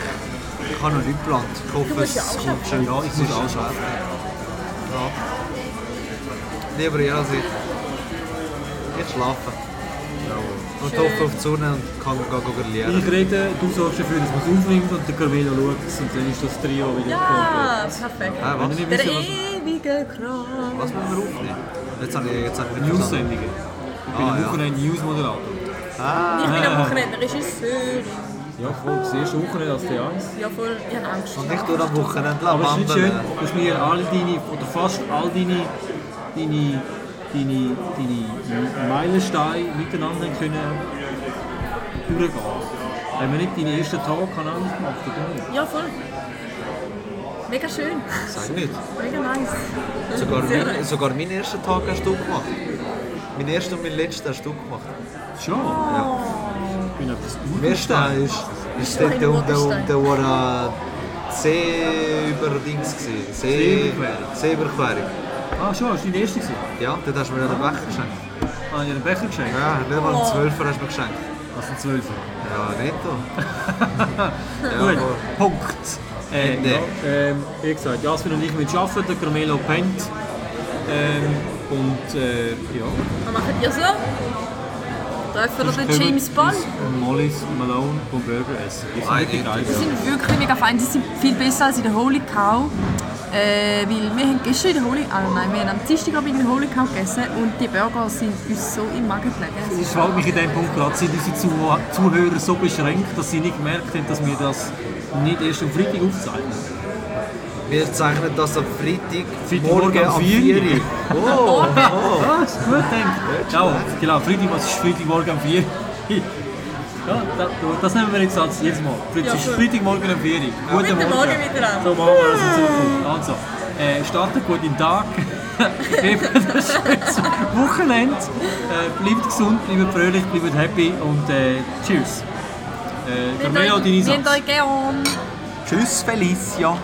Speaker 2: ich habe noch nichts geplant. Ich
Speaker 3: Du
Speaker 2: hoffe,
Speaker 3: musst ja
Speaker 2: es
Speaker 3: auch
Speaker 2: kommt schön.
Speaker 1: Ja, ich
Speaker 2: Es
Speaker 1: muss
Speaker 2: ist
Speaker 1: auch
Speaker 2: schön. Ja. Lieber ja als ich. Ich schlafe. Nou, Und hoffe auf die Sonne und kann gehen grillieren.
Speaker 1: Ich rede, du sorgst dafür, dass man es aufnimmt und der Carmelo schaut es und dann ist das Trio wieder
Speaker 3: Ja, perfekt.
Speaker 2: Ah, was?
Speaker 1: komplett. Wenn ihr
Speaker 3: Der
Speaker 1: nicht wisst,
Speaker 3: ewige Kram.
Speaker 2: Was müssen wir aufnehmen? Jetzt habe ich jetzt habe
Speaker 3: E-
Speaker 2: ich
Speaker 1: was News-Sendungen. Ich bin
Speaker 2: Ah,
Speaker 1: am
Speaker 2: ja.
Speaker 1: Wochenende News-Moderator.
Speaker 2: Ah,
Speaker 3: Ich bin am Wochenende Regisseur.
Speaker 1: Ja, voll. Das erste Wochenende als Theater.
Speaker 3: Ja, voll. Ich habe Angst.
Speaker 2: Und nicht nur am Wochenende
Speaker 1: Aber es ist nicht schön,
Speaker 2: wandeln.
Speaker 1: dass wir all deine, oder fast all deine, deine, deine, deine Meilensteine miteinander können durchgehen können. Haben wir nicht deine ersten Tage aneinander gemacht, oder nicht?
Speaker 3: Ja, voll. Mega schön.
Speaker 2: Sag nicht.
Speaker 3: Mega nice.
Speaker 2: Sogar,
Speaker 3: Sehr
Speaker 2: mein,
Speaker 3: nice.
Speaker 2: sogar meinen ersten Tag hast du gemacht. Mein ersten und mein letzten hast du gemacht.
Speaker 1: Schon? Ja. Ich bin etwas
Speaker 2: Am ersten ist, ist
Speaker 3: So
Speaker 2: dort
Speaker 3: ein
Speaker 2: unten
Speaker 3: Urgestein.
Speaker 2: unten wo der ah, See über Dings gewesen. See,
Speaker 1: Seeüberquerung.
Speaker 2: Seeüberquerung.
Speaker 1: Ah, schon, das war dein erster. gewesen?
Speaker 2: Ja, dort hast du mir ja den Becher geschenkt.
Speaker 1: Ah, ich habe einen Becher geschenkt.
Speaker 2: Ja, nicht mal einen Zwölfer hast du mir geschenkt.
Speaker 1: Also einen Zwölfer.
Speaker 2: Ja, netto.
Speaker 1: Gut,
Speaker 2: aber-
Speaker 1: Punkt. Äh,
Speaker 2: Nee.
Speaker 1: ja, ähm, wie gesagt, Jasmin und ich müssen arbeiten, der Carmelo pennt. Ähm, und äh, ja.
Speaker 3: Was macht ihr so? Treffen wir den
Speaker 1: Sonst
Speaker 3: James
Speaker 1: kommen
Speaker 3: Bond?
Speaker 1: uns und Mollis, äh, Malone und Burger essen. Ich
Speaker 2: Ah,
Speaker 1: sind nicht
Speaker 2: nicht.
Speaker 3: Die
Speaker 1: begeistert.
Speaker 3: sind wirklich mega fein. Die sind viel besser als in der Holy Cow. Äh, weil wir haben gestern in der Holy ah, nein, wir haben am Dienstagabend in der Holy Cow gegessen und die Burger sind uns so im Magen gelegen.
Speaker 1: Es fällt mich in dem Punkt gerade, sind unsere Zuh- Zuhörer so beschränkt, dass sie nicht gemerkt haben, dass wir das nicht erst am Freitag aufzeichnen.
Speaker 2: Wir zeichnen das am Freitag,
Speaker 1: Freitagmorgen am
Speaker 2: am
Speaker 1: 4 Uhr.
Speaker 2: 4 Uhr. Oh, oh.
Speaker 1: Ah, ist gut denkt. Ja, genau, Freitag, was ist Freitagmorgen um 4 Uhr? Ja, das, das nehmen wir jetzt als jedes Mal. Fritz,
Speaker 3: Ja,
Speaker 1: es ist
Speaker 3: gut.
Speaker 1: Freitagmorgen um 4 Uhr. Guten
Speaker 3: Guten
Speaker 1: Morgen.
Speaker 3: Morgen miteinander.
Speaker 1: So machen wir das in Zukunft. Also, äh, startet gut den Tag. Gebt ein schönes Wochenende. Äh, bleibt gesund, bleibt fröhlich, bleibt happy und äh, tschüss. Äh, Carmelo, deine
Speaker 3: Wir haben
Speaker 1: Satz.
Speaker 3: euch gern.
Speaker 2: Tschüss, Felicia.